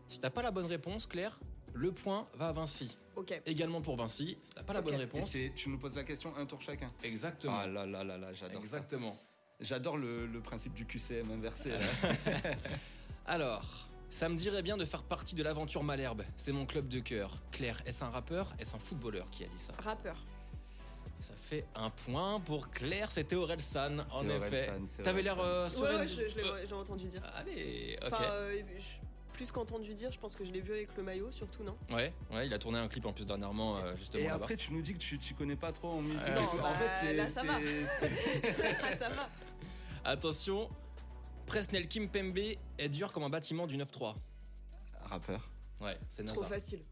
Speaker 3: si t'as pas la bonne réponse, Claire, le point va à Vinci.
Speaker 5: Ok.
Speaker 3: Également pour Vinci, si t'as pas la
Speaker 5: Ok.
Speaker 3: bonne
Speaker 4: Et
Speaker 3: réponse.
Speaker 4: c'est- tu nous poses la question un tour chacun.
Speaker 3: Exactement.
Speaker 4: Ah là là là là, j'adore ça.
Speaker 3: Exactement.
Speaker 4: J'adore le, le principe du QCM inversé. là.
Speaker 3: Alors, ça me dirait bien de faire partie de l'aventure Malherbe. C'est mon club de cœur. Claire, est-ce un rappeur Est-ce un footballeur qui a dit ça
Speaker 5: Rappeur.
Speaker 3: Ça fait un point pour Claire, c'était Aurel San, en
Speaker 4: C'est
Speaker 3: effet.
Speaker 4: Orelsan, c'est
Speaker 3: T'avais l'air
Speaker 4: Orelsan.
Speaker 3: euh,
Speaker 5: Ouais,
Speaker 3: sereine.
Speaker 5: ouais, je, je l'ai
Speaker 3: Euh,
Speaker 5: j'ai entendu dire.
Speaker 3: Allez, ok.
Speaker 5: Enfin, euh, je- plus qu'entendu dire, je pense que je l'ai vu avec le maillot, surtout, non
Speaker 3: Ouais, ouais, il a tourné un clip en plus dernièrement, euh, justement
Speaker 4: Et
Speaker 3: là-bas.
Speaker 4: après, tu nous dis que tu, tu connais pas trop en musique.
Speaker 3: Euh,
Speaker 4: et tout.
Speaker 5: non,
Speaker 4: en
Speaker 5: bah,
Speaker 4: fait, c'est.
Speaker 5: là, ça
Speaker 4: c'est-
Speaker 5: va.
Speaker 4: c'est-
Speaker 5: Ah, Ça va.
Speaker 3: Attention, Presnel Kimpembe est dur comme un bâtiment du 9-3.
Speaker 4: Rappeur.
Speaker 3: Ouais, c'est naze.
Speaker 5: Trop facile.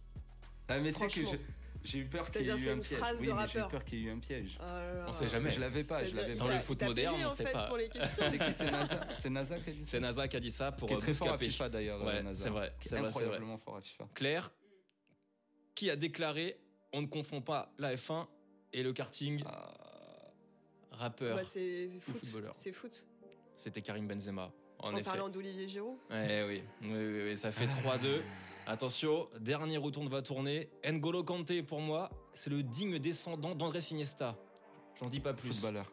Speaker 4: Ah, mais tu sais que
Speaker 5: Franchement.
Speaker 4: je- j'ai eu peur qu'il y
Speaker 5: C'est-à-dire,
Speaker 4: ait eu
Speaker 5: c'est
Speaker 4: un
Speaker 5: une
Speaker 4: piège.
Speaker 5: phrase
Speaker 4: Oui,
Speaker 5: de
Speaker 4: mais j'ai eu
Speaker 5: rappeur.
Speaker 4: peur qu'il y ait eu un piège.
Speaker 5: Alors,
Speaker 3: On sait jamais.
Speaker 4: Je l'avais pas, je
Speaker 5: Euh, c'est-à-dire,
Speaker 4: l'avais
Speaker 5: il
Speaker 4: pas.
Speaker 3: Dans le
Speaker 5: t'a-
Speaker 3: foot
Speaker 5: il t'a
Speaker 3: moderne,
Speaker 5: payé,
Speaker 3: on
Speaker 5: en
Speaker 3: sait
Speaker 5: fait,
Speaker 3: pas.
Speaker 5: pour les questions.
Speaker 4: C'est qui C'est NASA C'est NASA qui a dit ça
Speaker 3: C'est NASA qui a dit ça pour
Speaker 4: Qui est
Speaker 3: euh,
Speaker 4: très fort à
Speaker 3: Bouscapé.
Speaker 4: FIFA d'ailleurs. euh,
Speaker 3: Ouais,
Speaker 4: NASA.
Speaker 3: c'est vrai,
Speaker 4: Qui est
Speaker 3: c'est vrai, c'est vrai.
Speaker 4: incroyablement fort à FIFA.
Speaker 3: Claire, qui a déclaré on ne confond pas la F1 et le karting
Speaker 4: Euh,
Speaker 3: rappeur.
Speaker 5: Bah, c'est
Speaker 3: Ou
Speaker 5: foot.
Speaker 3: footballeur.
Speaker 5: C'est foot.
Speaker 3: C'était Karim Benzema, en,
Speaker 5: En,
Speaker 3: effet.
Speaker 5: parlant d'Olivier Giroud.
Speaker 3: Eh oui, oui, oui, oui, ça fait 3-2. Attention, dernier retourne va tourner. N'Golo Kanté, pour moi, c'est le digne descendant d'André Siniesta. J'en dis pas plus.
Speaker 4: Footballeur.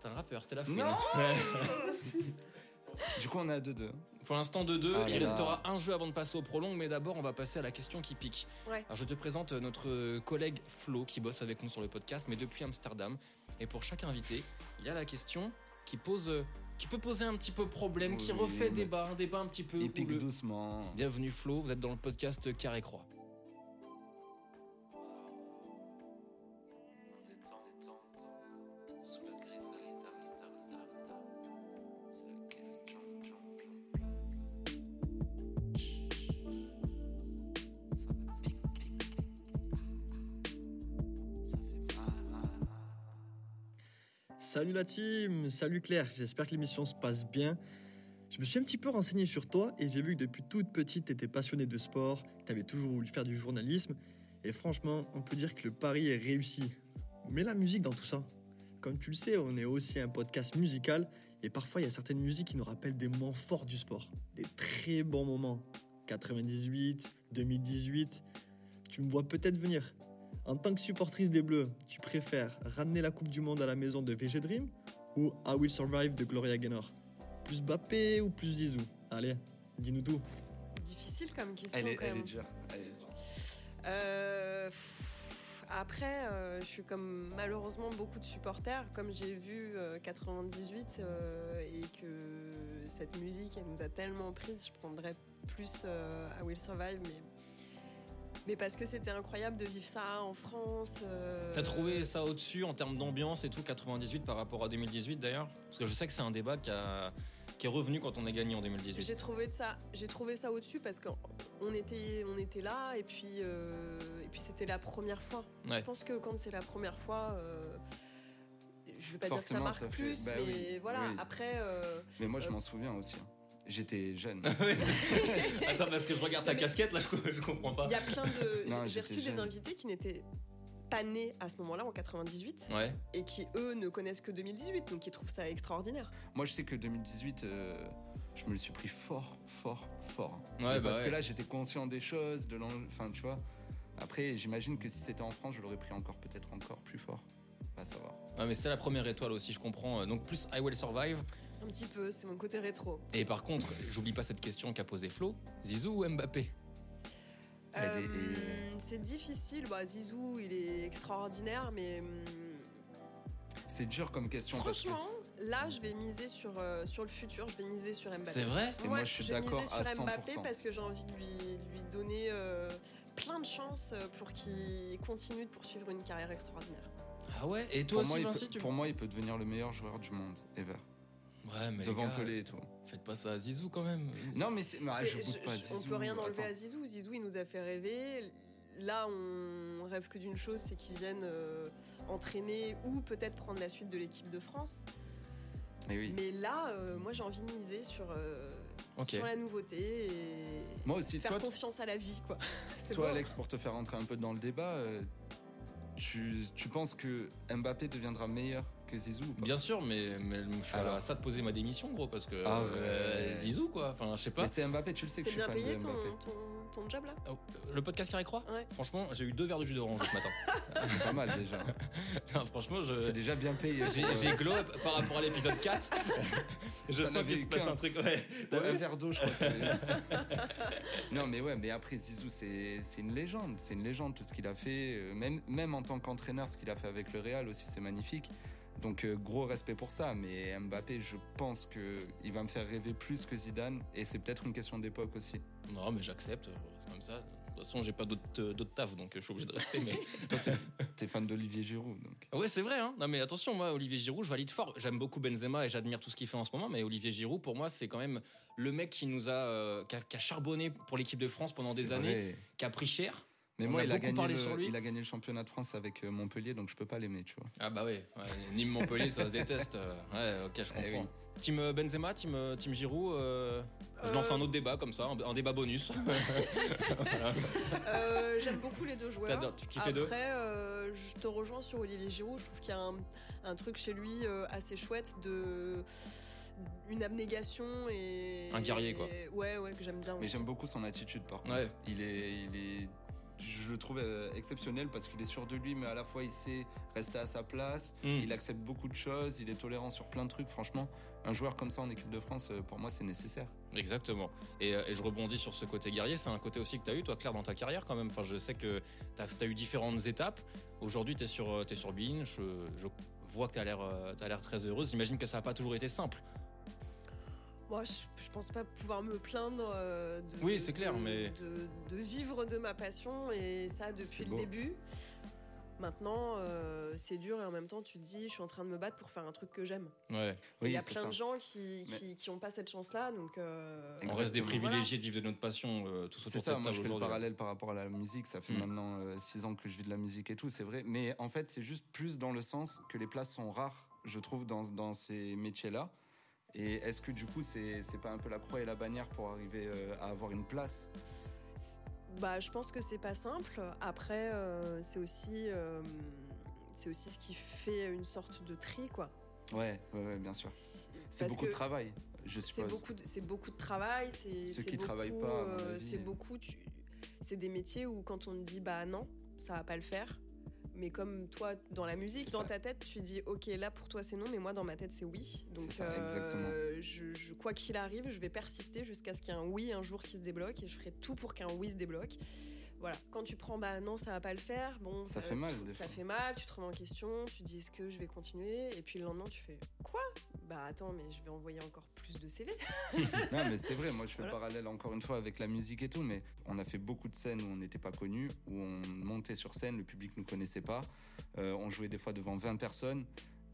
Speaker 3: C'est un rappeur, c'était la fouine.
Speaker 4: Non
Speaker 3: Ouais.
Speaker 4: Du coup, on est à 2-2.
Speaker 3: Pour l'instant, de deux,
Speaker 4: Ah
Speaker 3: il
Speaker 4: là
Speaker 3: restera un jeu avant de passer au prolong, mais d'abord, on va passer à la question qui pique.
Speaker 5: Ouais.
Speaker 3: Alors, je te présente euh, notre collègue Flo qui bosse avec nous sur le podcast, mais depuis Amsterdam. Et pour chaque invité, il y a la question qui pose, euh, qui peut poser un petit peu problème, qui
Speaker 4: Oui,
Speaker 3: refait
Speaker 4: oui.
Speaker 3: débat, un débat un petit peu.
Speaker 4: Il
Speaker 3: où
Speaker 4: pique
Speaker 3: le-
Speaker 4: doucement.
Speaker 3: Bienvenue Flo, vous êtes dans le podcast Carré Croix.
Speaker 9: Salut la team, salut Claire, j'espère que l'émission se passe bien. Je me suis un petit peu renseigné sur toi et j'ai vu que depuis toute petite, t'étais passionnée de sport, t'avais toujours voulu faire du journalisme. Et franchement, on peut dire que le pari est réussi. Mais la musique dans tout ça. Comme tu le sais, on est aussi un podcast musical et parfois il y a certaines musiques qui nous rappellent des moments forts du sport, des très bons moments. 98, 2018, tu me vois peut-être venir. En tant que supportrice des Bleus, tu préfères ramener la Coupe du Monde à la maison de VG Dream ou I Will Survive de Gloria Gaynor Plus Bappé ou plus Zizou Allez, dis-nous tout.
Speaker 5: Difficile comme question,
Speaker 4: Elle est,
Speaker 5: quand
Speaker 4: elle est
Speaker 5: même.
Speaker 4: dure. Elle est dure.
Speaker 5: Euh, pff, après, euh, je suis comme malheureusement beaucoup de supporters, comme j'ai vu euh, 98 euh, et que cette musique, elle nous a tellement prise, je prendrais plus euh, I Will Survive, mais, mais parce que c'était incroyable de vivre ça en France. euh,
Speaker 3: T'as trouvé ça au-dessus en termes d'ambiance et tout, 98 par rapport à 2018 d'ailleurs Parce que je sais que c'est un débat qui, a- qui est revenu quand on a gagné en 2018.
Speaker 5: J'ai trouvé de ça, j'ai trouvé ça au-dessus parce qu'on était, on était là et puis, euh, et puis c'était la première fois.
Speaker 3: Ouais.
Speaker 5: Je pense que quand c'est la première fois, euh, je, je vais pas dire que ça
Speaker 4: Forcément,
Speaker 5: marque
Speaker 4: ça fait-
Speaker 5: plus,
Speaker 4: bah
Speaker 5: mais
Speaker 4: oui,
Speaker 5: voilà,
Speaker 4: oui.
Speaker 5: après. euh,
Speaker 4: Mais moi, je
Speaker 5: euh,
Speaker 4: m'en souviens aussi. hein. J'étais jeune.
Speaker 3: Attends, parce que je regarde ta casquette là, je, je comprends pas.
Speaker 5: Il y a plein de.
Speaker 4: Non,
Speaker 5: j'ai- J'ai
Speaker 4: j'étais
Speaker 5: reçu des
Speaker 4: jeune.
Speaker 5: invités qui n'étaient pas nés à ce moment-là, en 98,
Speaker 3: Ouais.
Speaker 5: et qui, eux, ne connaissent que 2018, donc ils trouvent ça extraordinaire.
Speaker 4: Moi, je sais que 2018, euh, je me le suis pris fort, fort, fort. hein. Mais
Speaker 3: Ouais, bah
Speaker 4: parce
Speaker 3: ouais.
Speaker 4: que là, j'étais conscient des choses, de l'en- Enfin, tu vois. Après, j'imagine que si c'était en France, je l'aurais pris encore, peut-être encore plus fort. Va savoir.
Speaker 3: Ah, mais c'est la première étoile aussi, je comprends. Donc plus I Will Survive.
Speaker 5: Un petit peu, c'est mon côté rétro.
Speaker 3: Et par contre, j'oublie pas cette question qu'a posée Flo. Zizou ou Mbappé
Speaker 4: Elle est-
Speaker 5: Euh,
Speaker 4: elle
Speaker 5: C'est difficile, bah, Zizou, il est extraordinaire, mais. hum,
Speaker 4: C'est dur comme question. parce que-
Speaker 5: Franchement, là, je vais miser sur, euh, sur le futur, je vais miser sur Mbappé.
Speaker 3: C'est vrai
Speaker 4: Et moi, je suis
Speaker 5: vais
Speaker 4: d'accord
Speaker 5: miser
Speaker 4: à
Speaker 5: sur Mbappé
Speaker 4: 100%.
Speaker 5: parce que j'ai envie de lui, lui donner euh, plein de chances euh, pour qu'il continue de poursuivre une carrière extraordinaire.
Speaker 3: Ah ouais Et
Speaker 4: pour,
Speaker 3: toi aussi,
Speaker 4: moi, il
Speaker 3: Vinci,
Speaker 4: peut,
Speaker 3: tu-
Speaker 4: pour moi, il peut devenir le meilleur joueur du monde, ever.
Speaker 3: Ouais, mais les
Speaker 4: Devant
Speaker 3: gars, euh,
Speaker 4: Pelé et tout.
Speaker 3: Faites pas ça à Zizou quand même.
Speaker 4: Non, mais c'est. mais, ah, je
Speaker 5: C'est-
Speaker 4: boude
Speaker 5: je-
Speaker 4: pas
Speaker 5: je- on
Speaker 4: Zizou,
Speaker 5: peut rien enlever
Speaker 4: attends.
Speaker 5: à Zizou. Zizou, il nous a fait rêver. Là, on rêve que d'une chose, c'est qu'il vienne euh, entraîner ou peut-être prendre la suite de l'équipe de France.
Speaker 4: Eh oui.
Speaker 5: Mais là, euh, moi, j'ai envie de miser sur, euh,
Speaker 3: Ok.
Speaker 5: sur la nouveauté et
Speaker 4: Moi aussi,
Speaker 5: faire
Speaker 4: toi,
Speaker 5: confiance à la vie, quoi. C'est
Speaker 4: Toi,
Speaker 5: beau.
Speaker 4: Alex, pour te faire entrer un peu dans le débat, euh, tu, tu penses que Mbappé deviendra meilleur que Zizou ou pas
Speaker 3: Bien sûr, mais, mais je suis
Speaker 4: Alors.
Speaker 3: à ça de poser ma démission, gros, parce que.
Speaker 4: Ah
Speaker 3: euh,
Speaker 4: ouais.
Speaker 3: Zizou, quoi. Enfin, je sais pas.
Speaker 4: Mais c'est Mbappé, tu le sais que
Speaker 5: C'est
Speaker 4: je suis
Speaker 5: bien
Speaker 4: fan
Speaker 5: payé
Speaker 4: de
Speaker 5: ton,
Speaker 4: Mbappé.
Speaker 5: ton- ton job là
Speaker 3: Oh, Le podcast Carré Croix
Speaker 5: Ouais.
Speaker 3: Franchement, j'ai eu deux verres de jus d'orange ce matin.
Speaker 4: C'est pas mal déjà.
Speaker 3: Non, franchement, je.
Speaker 4: C'est déjà bien payé.
Speaker 3: J'ai
Speaker 4: Ouais.
Speaker 3: j'ai glow up par rapport à l'épisode 4. je
Speaker 4: T'en
Speaker 3: sens
Speaker 4: avais
Speaker 3: qu'il se passe
Speaker 4: qu'un.
Speaker 3: un truc. Ouais.
Speaker 4: T'as un verre d'eau, je crois. t'avais. non, mais ouais, mais après, Zizou, c'est c'est une légende. C'est une légende, tout ce qu'il a fait. euh, Même, même en tant qu'entraîneur, ce qu'il a fait avec le Real aussi, c'est magnifique. Donc, euh, gros respect pour ça. Mais Mbappé, je pense que il va me faire rêver plus que Zidane. Et c'est peut-être une question d'époque aussi.
Speaker 3: Non, mais j'accepte. euh, C'est comme ça. De toute façon, j'ai pas d'autres euh, d'autres taf, donc euh, je suis obligé de rester. Mais...
Speaker 4: T'es fan d'Olivier Giroud, donc.
Speaker 3: Ouais, c'est vrai. Hein. Non, mais attention, moi, Olivier Giroud, je valide fort. J'aime beaucoup Benzema et j'admire tout ce qu'il fait en ce moment. Mais Olivier Giroud, pour moi, c'est quand même le mec qui nous a, euh, qui a, qui a charbonné pour l'équipe de France pendant des
Speaker 4: C'est
Speaker 3: années,
Speaker 4: vrai.
Speaker 3: qui a pris cher.
Speaker 4: Mais
Speaker 3: On
Speaker 4: moi,
Speaker 3: a
Speaker 4: il a,
Speaker 3: beaucoup
Speaker 4: gagné
Speaker 3: parlé
Speaker 4: le,
Speaker 3: sur lui.
Speaker 4: il a gagné le championnat de France avec euh, Montpellier, donc je peux pas l'aimer, tu vois.
Speaker 3: Ah bah ouais, ouais, Nîmes Montpellier, ça se déteste. Euh, Ouais, ok, je
Speaker 4: Eh
Speaker 3: comprends. Team euh, Benzema, team, euh, team Giroud. euh, Je lance
Speaker 5: Euh,
Speaker 3: un autre débat comme ça, un, un débat bonus.
Speaker 5: Euh, J'aime beaucoup les deux joueurs.
Speaker 3: T'adores, tu kiffes les
Speaker 5: Après,
Speaker 3: deux
Speaker 5: euh, je te rejoins sur Olivier Giroud. Je trouve qu'il y a un, un truc chez lui euh, assez chouette de une abnégation et
Speaker 3: Un guerrier, quoi.
Speaker 5: et- ouais, ouais, que j'aime bien.
Speaker 4: Mais
Speaker 5: aussi.
Speaker 4: j'aime beaucoup son attitude, par contre.
Speaker 3: Ouais.
Speaker 4: Il est, il est, je le trouve euh, exceptionnel parce qu'il est sûr de lui, mais à la fois il sait rester à sa place.
Speaker 3: Hmm.
Speaker 4: Il accepte beaucoup de choses. Il est tolérant sur plein de trucs. Franchement, un joueur comme ça en équipe de France, euh, pour moi, c'est nécessaire.
Speaker 3: Exactement. Et, euh, et je rebondis sur ce côté guerrier. C'est un côté aussi que tu as eu, toi, Claire, dans ta carrière quand même. Enfin, je sais que tu as, eu différentes étapes. Aujourd'hui, tu es sur, euh, t'es sur Bean. Je, je vois que tu as l'air euh, t'as l'air très heureuse. J'imagine que ça n'a pas toujours été simple.
Speaker 5: Moi, je, je pense pas pouvoir me plaindre. euh, de,
Speaker 3: Oui, c'est clair,
Speaker 5: de-
Speaker 3: mais-
Speaker 5: de, de vivre de ma passion et ça
Speaker 4: C'est
Speaker 5: depuis le
Speaker 4: beau.
Speaker 5: début. Maintenant, euh, c'est dur et en même temps, tu te dis, je suis en train de me battre pour faire un truc que j'aime.
Speaker 3: Ouais.
Speaker 5: Et Il y a
Speaker 4: c'est
Speaker 5: plein
Speaker 4: ça.
Speaker 5: de gens qui qui, qui ont pas cette chance-là, donc. euh,
Speaker 3: On reste des
Speaker 4: Exactement.
Speaker 3: privilégiés de vivre de notre passion euh, tous autour
Speaker 4: C'est
Speaker 3: de
Speaker 4: ça,
Speaker 3: cette
Speaker 4: moi
Speaker 3: table
Speaker 4: je fais le
Speaker 3: aujourd'hui.
Speaker 4: parallèle par rapport à la musique, ça fait
Speaker 3: Hmm.
Speaker 4: maintenant 6 ans que je vis de la musique et tout, c'est vrai, mais en fait c'est juste plus dans le sens que les places sont rares, je trouve, dans, dans ces métiers-là. Et est-ce que du coup c'est c'est pas un peu la croix et la bannière pour arriver euh, à avoir une place
Speaker 5: Bah, je pense que c'est pas simple. Après, euh, c'est aussi, euh, c'est aussi ce qui fait une sorte de tri, quoi.
Speaker 4: Ouais, ouais, ouais, bien sûr. C'est
Speaker 5: Parce
Speaker 4: beaucoup de
Speaker 5: que
Speaker 4: travail, je
Speaker 5: C'est
Speaker 4: suppose.
Speaker 5: beaucoup, de- c'est beaucoup de travail. C'est
Speaker 4: Ceux
Speaker 5: c'est
Speaker 4: qui travaillent
Speaker 5: beaucoup,
Speaker 4: pas, à mon
Speaker 5: euh,
Speaker 4: avis.
Speaker 5: C'est beaucoup. tu- C'est des métiers où quand on te dit bah non, ça va pas le faire. Mais comme toi, dans la musique,
Speaker 4: C'est
Speaker 5: dans
Speaker 4: ça.
Speaker 5: ta tête, tu dis ok, là pour toi c'est non, mais moi dans ma tête c'est oui. Donc euh,
Speaker 4: C'est ça, exactement.
Speaker 5: Je, je- quoi qu'il arrive, je vais persister jusqu'à ce qu'il y ait un oui un jour qui se débloque et je ferai tout pour qu'un oui se débloque. Voilà. Quand tu prends bah non, ça va pas le faire. Bon,
Speaker 4: Ça fait mal, des
Speaker 5: Ça
Speaker 4: fois.
Speaker 5: euh, fait mal. Tu te remets en question. Tu dis est-ce que je vais continuer Et puis le lendemain, tu fais quoi bah attends, mais je vais envoyer encore plus de CV.
Speaker 4: Non, mais c'est vrai, moi je fais
Speaker 5: Voilà.
Speaker 4: le parallèle encore une fois avec la musique et tout, mais on a fait beaucoup de scènes où on n'était pas connus, où on montait sur scène, le public ne nous connaissait pas, euh, on jouait des fois devant 20 personnes.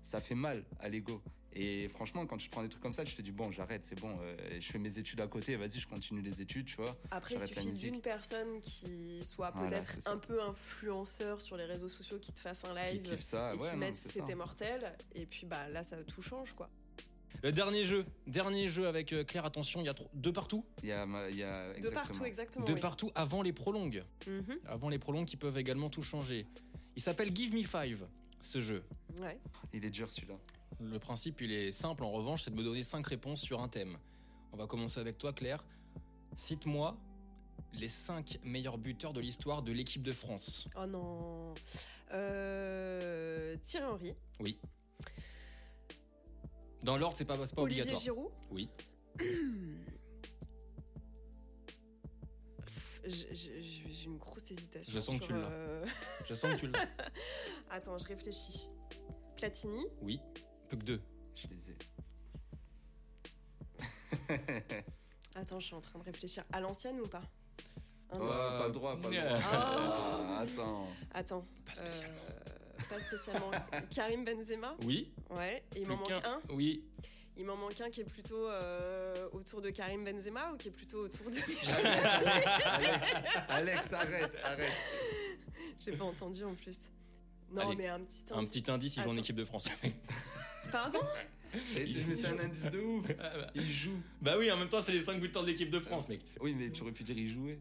Speaker 4: ça fait mal à l'ego. Et franchement, quand tu prends des trucs comme ça, je te dis bon, j'arrête, c'est bon, euh, je fais mes études à côté, vas-y, je continue les études, tu vois.
Speaker 5: Après, il
Speaker 4: j'arrête la
Speaker 5: suffit
Speaker 4: musique.
Speaker 5: d'une personne qui soit
Speaker 4: Voilà,
Speaker 5: peut-être
Speaker 4: c'est ça.
Speaker 5: un peu influenceur sur les réseaux sociaux, qui te fasse un
Speaker 4: Qui
Speaker 5: live
Speaker 4: kiffe ça,
Speaker 5: et
Speaker 4: ouais,
Speaker 5: qui
Speaker 4: non,
Speaker 5: mette
Speaker 4: c'est
Speaker 5: c'était
Speaker 4: ça.
Speaker 5: mortel. Et puis bah là, ça tout change quoi.
Speaker 3: Le dernier jeu, dernier jeu avec euh, Claire, attention, il y a trois- deux partout.
Speaker 4: Il y a, ma- il y a
Speaker 5: De partout, exactement.
Speaker 3: Deux
Speaker 5: Oh, oui.
Speaker 3: partout avant les prolongues.
Speaker 5: Mhm,
Speaker 3: Avant les prolongues qui peuvent également tout changer. Il s'appelle Give Me Five, ce jeu.
Speaker 5: ouais.
Speaker 4: Il est dur celui-là.
Speaker 3: Le principe, il est simple en revanche, c'est de me donner cinq réponses sur un thème. On va commencer avec toi, Claire. Cite-moi les cinq meilleurs buteurs de l'histoire de l'équipe de France.
Speaker 5: Oh non. Euh, Thierry Henry,
Speaker 3: Dans l'ordre, c'est pas, c'est pas
Speaker 5: Olivier
Speaker 3: obligatoire.
Speaker 5: Giroud.
Speaker 3: Oui.
Speaker 5: Pff, j'ai- J'ai j'ai- j'ai une grosse hésitation.
Speaker 3: Je sens que
Speaker 5: sur,
Speaker 3: tu l'as.
Speaker 5: euh,
Speaker 3: Je sens que tu l'as.
Speaker 5: Attends, je réfléchis. Platini,
Speaker 3: Oui. Peu que deux.
Speaker 4: Je les ai.
Speaker 5: Attends, je suis en train de réfléchir. À l'ancienne ou pas Un
Speaker 4: Oh,
Speaker 5: an.
Speaker 4: pas le droit, pas le
Speaker 5: oh,
Speaker 4: droit. Ah, attends.
Speaker 5: Attends. Pas spécialement. pas spécialement. Karim Benzema
Speaker 3: Oui.
Speaker 5: Ouais. Et il
Speaker 3: Plus
Speaker 5: m'en manque
Speaker 3: qu'un.
Speaker 5: un
Speaker 3: Oui.
Speaker 5: Il m'en manque un qui est plutôt euh, autour de Karim Benzema ou qui est plutôt autour de.
Speaker 4: Alex, arrête, arrête.
Speaker 5: J'ai pas entendu en plus. Non,
Speaker 3: Allez,
Speaker 5: mais un petit.
Speaker 3: Un
Speaker 5: indice.
Speaker 3: petit indice, il joue en
Speaker 5: Attends.
Speaker 3: équipe de France.
Speaker 5: Pardon
Speaker 4: Et tu- je me suis un indice de
Speaker 5: Ah,
Speaker 4: ouf. Il joue.
Speaker 3: bah oui, en même temps, c'est les cinq buteurs de l'équipe de France, mec.
Speaker 4: Oui, mais tu aurais pu dire il jouait.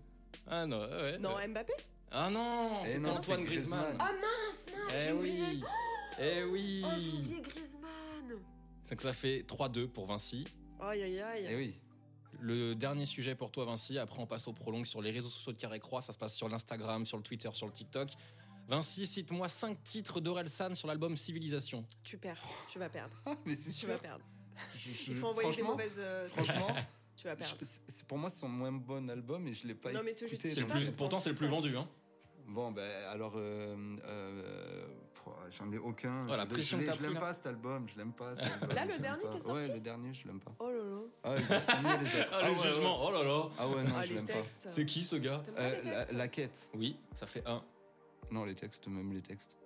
Speaker 3: Ah non, ouais.
Speaker 5: Non, Mbappé
Speaker 3: Ah non,
Speaker 4: Eh
Speaker 3: c'est
Speaker 4: non,
Speaker 3: Antoine
Speaker 4: c'était
Speaker 3: Griezmann.
Speaker 4: Griezmann.
Speaker 5: Ah mince, mince
Speaker 3: eh
Speaker 5: j'ai oublié.
Speaker 3: oui. Eh oui.
Speaker 5: Oh, j'ai oublié Griezmann
Speaker 3: C'est que ça fait 3-2 pour Vinci.
Speaker 5: Aïe aïe aïe.
Speaker 4: Eh oui.
Speaker 3: Le dernier sujet pour toi, Vinci. Après, on passe au prolong sur les réseaux sociaux de Carré Croix. Ça se passe sur l'Instagram, sur le Twitter, sur le TikTok. Vinci, cite-moi 5 titres d'Orelsan sur l'album Civilisation.
Speaker 5: Tu perds, tu vas perdre,
Speaker 4: Ah, mais c'est
Speaker 5: tu
Speaker 4: sûr.
Speaker 5: vas perdre.
Speaker 4: Je- je-
Speaker 5: Il faut envoyer des
Speaker 4: franchement,
Speaker 5: mauvaises. euh,
Speaker 4: Franchement,
Speaker 5: tu vas perdre.
Speaker 4: je- c'est- pour moi, c'est son moins bon album et je l'ai pas
Speaker 5: Non, mais te
Speaker 4: écouté.
Speaker 5: justifie
Speaker 3: C'est le
Speaker 5: pas,
Speaker 3: plus-
Speaker 5: pourtant,
Speaker 3: pourtant, c'est le plus
Speaker 5: c'est
Speaker 3: vendu.
Speaker 5: ça.
Speaker 3: Hein.
Speaker 4: Bon, ben alors, euh, euh, pff, j'en ai aucun.
Speaker 3: Voilà,
Speaker 4: je l'ai-
Speaker 3: pression
Speaker 4: je
Speaker 3: que
Speaker 4: l'ai-
Speaker 3: t'as
Speaker 4: je l'aime
Speaker 3: pris, là.
Speaker 4: pas cet album, je l'aime pas. cet album,
Speaker 5: Là, le
Speaker 4: je l'aime
Speaker 5: dernier
Speaker 4: pas.
Speaker 5: qui est sorti
Speaker 4: Ouais, le dernier, je l'aime pas.
Speaker 5: Oh là là.
Speaker 4: Ah, ils ont signé les autres.
Speaker 3: Ah, le
Speaker 4: ouais, ouais.
Speaker 3: jugement. Oh là là.
Speaker 4: Ah ouais, non,
Speaker 5: Ah,
Speaker 4: je
Speaker 5: les
Speaker 4: l'aime pas.
Speaker 5: textes.
Speaker 3: C'est qui ce gars
Speaker 5: T'aimes pas
Speaker 4: Euh,
Speaker 5: les
Speaker 4: la,
Speaker 5: textes
Speaker 4: la quête.
Speaker 3: Oui, ça fait 1.
Speaker 4: Non, les textes, même les textes.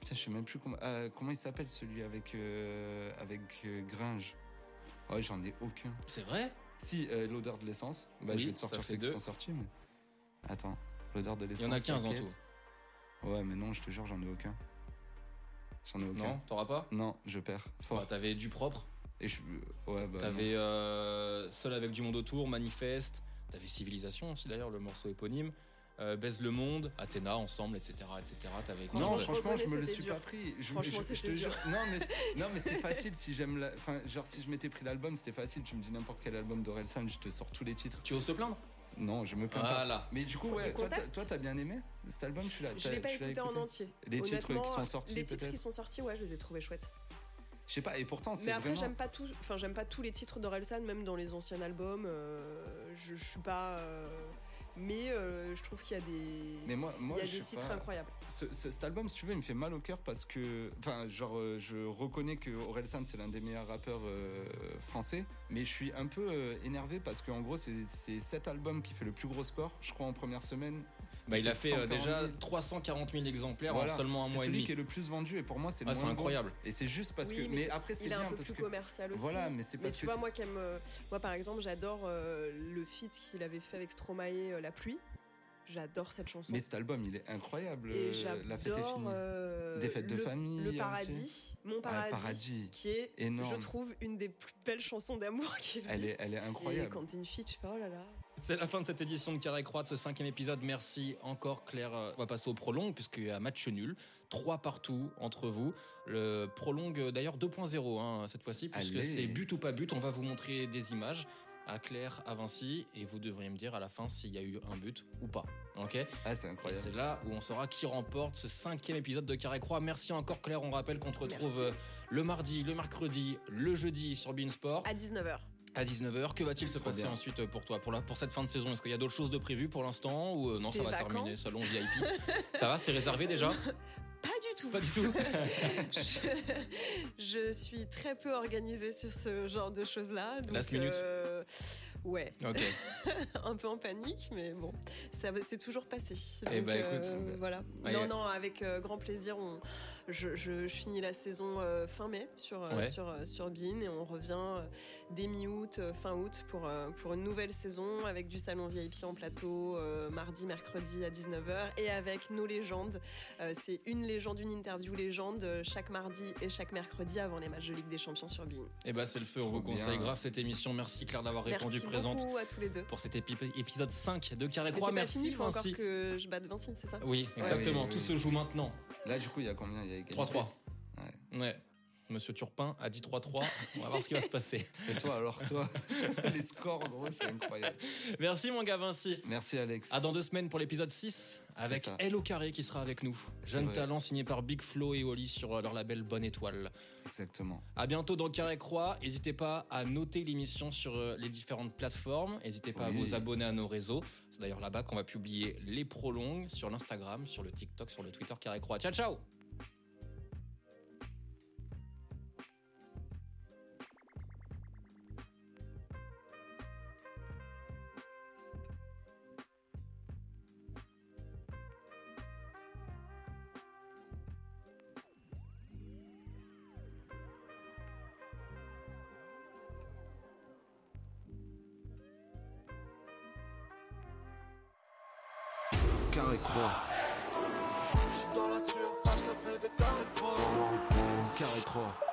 Speaker 4: Putain, je sais même plus comment, euh, comment il s'appelle celui avec, euh, avec euh, Gringe. Ouais, j'en ai aucun.
Speaker 3: C'est vrai
Speaker 4: Si, euh, l'odeur de l'essence. Bah,
Speaker 3: Oui,
Speaker 4: je vais te
Speaker 3: ça
Speaker 4: sortir
Speaker 3: fait
Speaker 4: ceux qui
Speaker 3: deux.
Speaker 4: sont sortis, mais. Attends, l'odeur de l'essence.
Speaker 3: en a 15
Speaker 4: la
Speaker 3: en
Speaker 4: quête. Ouais, mais non, je te jure, j'en ai aucun. J'en ai aucun.
Speaker 3: Non, t'auras pas
Speaker 4: Non, je perds. Fort.
Speaker 3: Bah, T'avais du propre.
Speaker 4: Et je.
Speaker 3: Ah
Speaker 4: Ouais, bah.
Speaker 3: T'avais euh, Seul avec du monde autour, Manifeste. T'avais Civilisation aussi d'ailleurs, le morceau éponyme. Euh, Baise le monde, Athéna ensemble, etc. etc. T'avais
Speaker 4: Non,
Speaker 5: Franchement,
Speaker 4: non
Speaker 5: je
Speaker 4: franchement, je
Speaker 5: reconnais,
Speaker 4: me le
Speaker 5: c'était
Speaker 4: suis
Speaker 5: dur.
Speaker 4: pas pris. Je,
Speaker 5: Franchement,
Speaker 4: je- je
Speaker 5: c'était
Speaker 4: te
Speaker 5: dur.
Speaker 4: jure. Non, mais, c'est- non, mais c'est facile si j'aime la. Enfin, genre, si je m'étais pris l'album, c'était facile. Tu me dis n'importe quel album d'Orelsan, je te sors tous les titres.
Speaker 3: Tu oses te plaindre
Speaker 4: Non, je me plains pas.
Speaker 3: Voilà.
Speaker 4: Mais du coup,
Speaker 5: Des
Speaker 4: ouais, toi, t'as-
Speaker 5: contacts
Speaker 4: toi, t'as bien aimé cet album, tu l'as
Speaker 5: Je
Speaker 4: t'as-
Speaker 5: l'ai pas
Speaker 4: tu l'as
Speaker 5: écouté en entier.
Speaker 4: Les titres qui
Speaker 5: Honnêtement,
Speaker 4: sont sortis,
Speaker 5: Les titres qui
Speaker 4: peut-être
Speaker 5: sont sortis, ouais, je les ai trouvés chouettes.
Speaker 4: Je sais pas, et pourtant,
Speaker 5: Mais
Speaker 4: c'est
Speaker 5: après,
Speaker 4: vraiment.
Speaker 5: j'aime pas tous, enfin, j'aime pas tous les titres d'Orelsan, même dans les anciens albums. euh, je, je suis pas. euh, mais euh, je trouve qu'il y a des.
Speaker 4: Mais moi, moi
Speaker 5: il y a
Speaker 4: je
Speaker 5: des
Speaker 4: sais
Speaker 5: titres
Speaker 4: pas.
Speaker 5: incroyables.
Speaker 4: Ce- ce- cet album, si tu veux, il me fait mal au cœur parce que, enfin, genre, euh, je reconnais que Orelsan c'est l'un des meilleurs rappeurs euh, français, mais je suis un peu euh, énervé parce que, en gros, c'est- c'est cet album qui fait le plus gros score, je crois, en première semaine.
Speaker 3: Bah, il a fait euh,
Speaker 4: 140
Speaker 3: déjà
Speaker 4: 000.
Speaker 3: 340 000 exemplaires
Speaker 4: Voilà.
Speaker 3: en seulement un
Speaker 4: C'est
Speaker 3: mois et
Speaker 4: celui
Speaker 3: demi.
Speaker 4: qui est le plus vendu et pour moi, c'est le
Speaker 3: Ah, c'est
Speaker 4: moins bon.
Speaker 3: incroyable.
Speaker 4: Et c'est juste parce
Speaker 5: Oui,
Speaker 4: que,
Speaker 5: mais
Speaker 4: mais,
Speaker 5: c'est-
Speaker 4: après, c'est
Speaker 5: Il est
Speaker 4: bien
Speaker 5: un peu
Speaker 4: parce
Speaker 5: plus
Speaker 4: que.
Speaker 5: commercial aussi.
Speaker 4: Voilà, mais c'est
Speaker 5: Mais
Speaker 4: parce
Speaker 5: tu
Speaker 4: que.
Speaker 5: vois,
Speaker 4: c'est-
Speaker 5: moi, qui aime, euh, moi par exemple, j'adore euh, le feat qu'il avait fait avec Stromae, euh, La pluie. J'adore cette chanson.
Speaker 4: Mais cet album, il est incroyable.
Speaker 5: Et
Speaker 4: euh, La fête est
Speaker 5: j'adore
Speaker 4: finie.
Speaker 5: euh,
Speaker 4: Des fêtes de
Speaker 5: le,
Speaker 4: famille
Speaker 5: Le
Speaker 4: aussi.
Speaker 5: paradis, mon
Speaker 4: Ah,
Speaker 5: paradis,
Speaker 4: paradis.
Speaker 5: qui est,
Speaker 4: Énorme.
Speaker 5: je trouve, une des plus belles chansons d'amour qui existe.
Speaker 4: Elle est, elle est
Speaker 5: Et
Speaker 4: incroyable.
Speaker 5: quand t'es une fille, tu fais oh là là.
Speaker 3: C'est la fin de cette édition de Carré Croix de ce cinquième épisode. Merci encore Claire. Euh, On va passer au prolong puisqu'il y a match nul. Trois partout entre vous. Le prolong euh, d'ailleurs 2.0 hein, cette fois-ci puisque
Speaker 4: Allez.
Speaker 3: c'est but ou pas but. On va vous montrer des images à Claire, à Vinci et vous devriez me dire à la fin s'il y a eu un but ou pas. Ok
Speaker 4: Ah, c'est
Speaker 3: Et
Speaker 4: incroyable.
Speaker 3: c'est là où on saura qui remporte ce cinquième épisode de Carré Croix. Merci encore Claire. On rappelle qu'on te retrouve
Speaker 5: Merci.
Speaker 3: euh, le mardi, le mercredi, le jeudi sur Beansport
Speaker 5: À 19h.
Speaker 3: à 19h. Que va-t-il se
Speaker 4: Trop
Speaker 3: passer
Speaker 4: bien.
Speaker 3: ensuite euh, pour toi pour, la, pour cette fin de saison Est-ce qu'il y a d'autres choses de prévues pour l'instant Ou euh, non, ça
Speaker 5: Des
Speaker 3: va
Speaker 5: vacances.
Speaker 3: terminer salon VIP Ça va, c'est réservé déjà
Speaker 5: Pas du tout.
Speaker 3: Pas du tout.
Speaker 5: je, je suis très peu organisée sur ce genre de choses-là. donc,
Speaker 3: Last minute.
Speaker 5: euh, Ouais.
Speaker 3: Ok.
Speaker 5: un peu en panique, mais bon, ça va- c'est toujours passé.
Speaker 3: Eh
Speaker 5: Donc,
Speaker 3: ben,
Speaker 5: euh,
Speaker 3: écoute.
Speaker 5: voilà.
Speaker 3: Ouais,
Speaker 5: non,
Speaker 3: ouais.
Speaker 5: non, avec euh, grand plaisir, on, je, je- je finis la saison euh, fin mai sur, euh,
Speaker 3: Ouais.
Speaker 5: sur, euh, sur Bean et on revient euh, dès mi-août, euh, fin août pour, euh, pour une nouvelle saison avec du salon VIP en plateau euh, mardi, mercredi à 19h et avec nos légendes. Euh, c'est une légende, une interview légende euh, chaque mardi et chaque mercredi avant les matchs de Ligue des Champions sur Bean.
Speaker 3: Et bah, c'est le feu, on vous
Speaker 4: Trop
Speaker 3: conseille
Speaker 4: bien.
Speaker 3: grave cette émission. Merci Claire d'avoir répondu
Speaker 5: Merci
Speaker 3: présente
Speaker 5: beaucoup à tous les deux.
Speaker 3: pour cet épi- épisode 5 de Carré
Speaker 5: Mais
Speaker 3: Croix.
Speaker 5: c'est pas
Speaker 3: Merci
Speaker 5: fini, faut encore
Speaker 3: Vinci.
Speaker 5: que je batte Vinci, c'est ça
Speaker 3: Oui, exactement.
Speaker 4: Ouais, oui,
Speaker 3: Tout
Speaker 4: oui,
Speaker 3: se joue maintenant.
Speaker 4: Là, du coup, il y a combien Il y a égalité
Speaker 3: 3-3. Ouais. Monsieur Turpin a dit 3-3. On va voir ce qui va se passer.
Speaker 4: Et toi, alors, toi Les scores, en gros, c'est incroyable.
Speaker 3: Merci, mon gars Vinci.
Speaker 4: Merci, Alex.
Speaker 3: À dans deux semaines pour l'épisode 6 avec
Speaker 4: ça.
Speaker 3: Elle au carré qui sera avec nous.
Speaker 4: C'est
Speaker 3: Jeune
Speaker 4: vrai.
Speaker 3: talent signé par Big Flo et Oli sur euh, leur label Bonne Étoile.
Speaker 4: Exactement.
Speaker 3: À bientôt dans Carré Croix. N'hésitez pas à noter l'émission sur euh, les différentes plateformes. N'hésitez pas à
Speaker 4: Oui.
Speaker 3: vous abonner à nos réseaux. C'est d'ailleurs là-bas qu'on va publier les prolongues sur l'Instagram, sur le TikTok, sur le Twitter Carré Croix. Ciao, ciao!
Speaker 1: Carré croix,
Speaker 2: J'suis dans la surface, ça fait des carrés de bras.
Speaker 1: carré croix.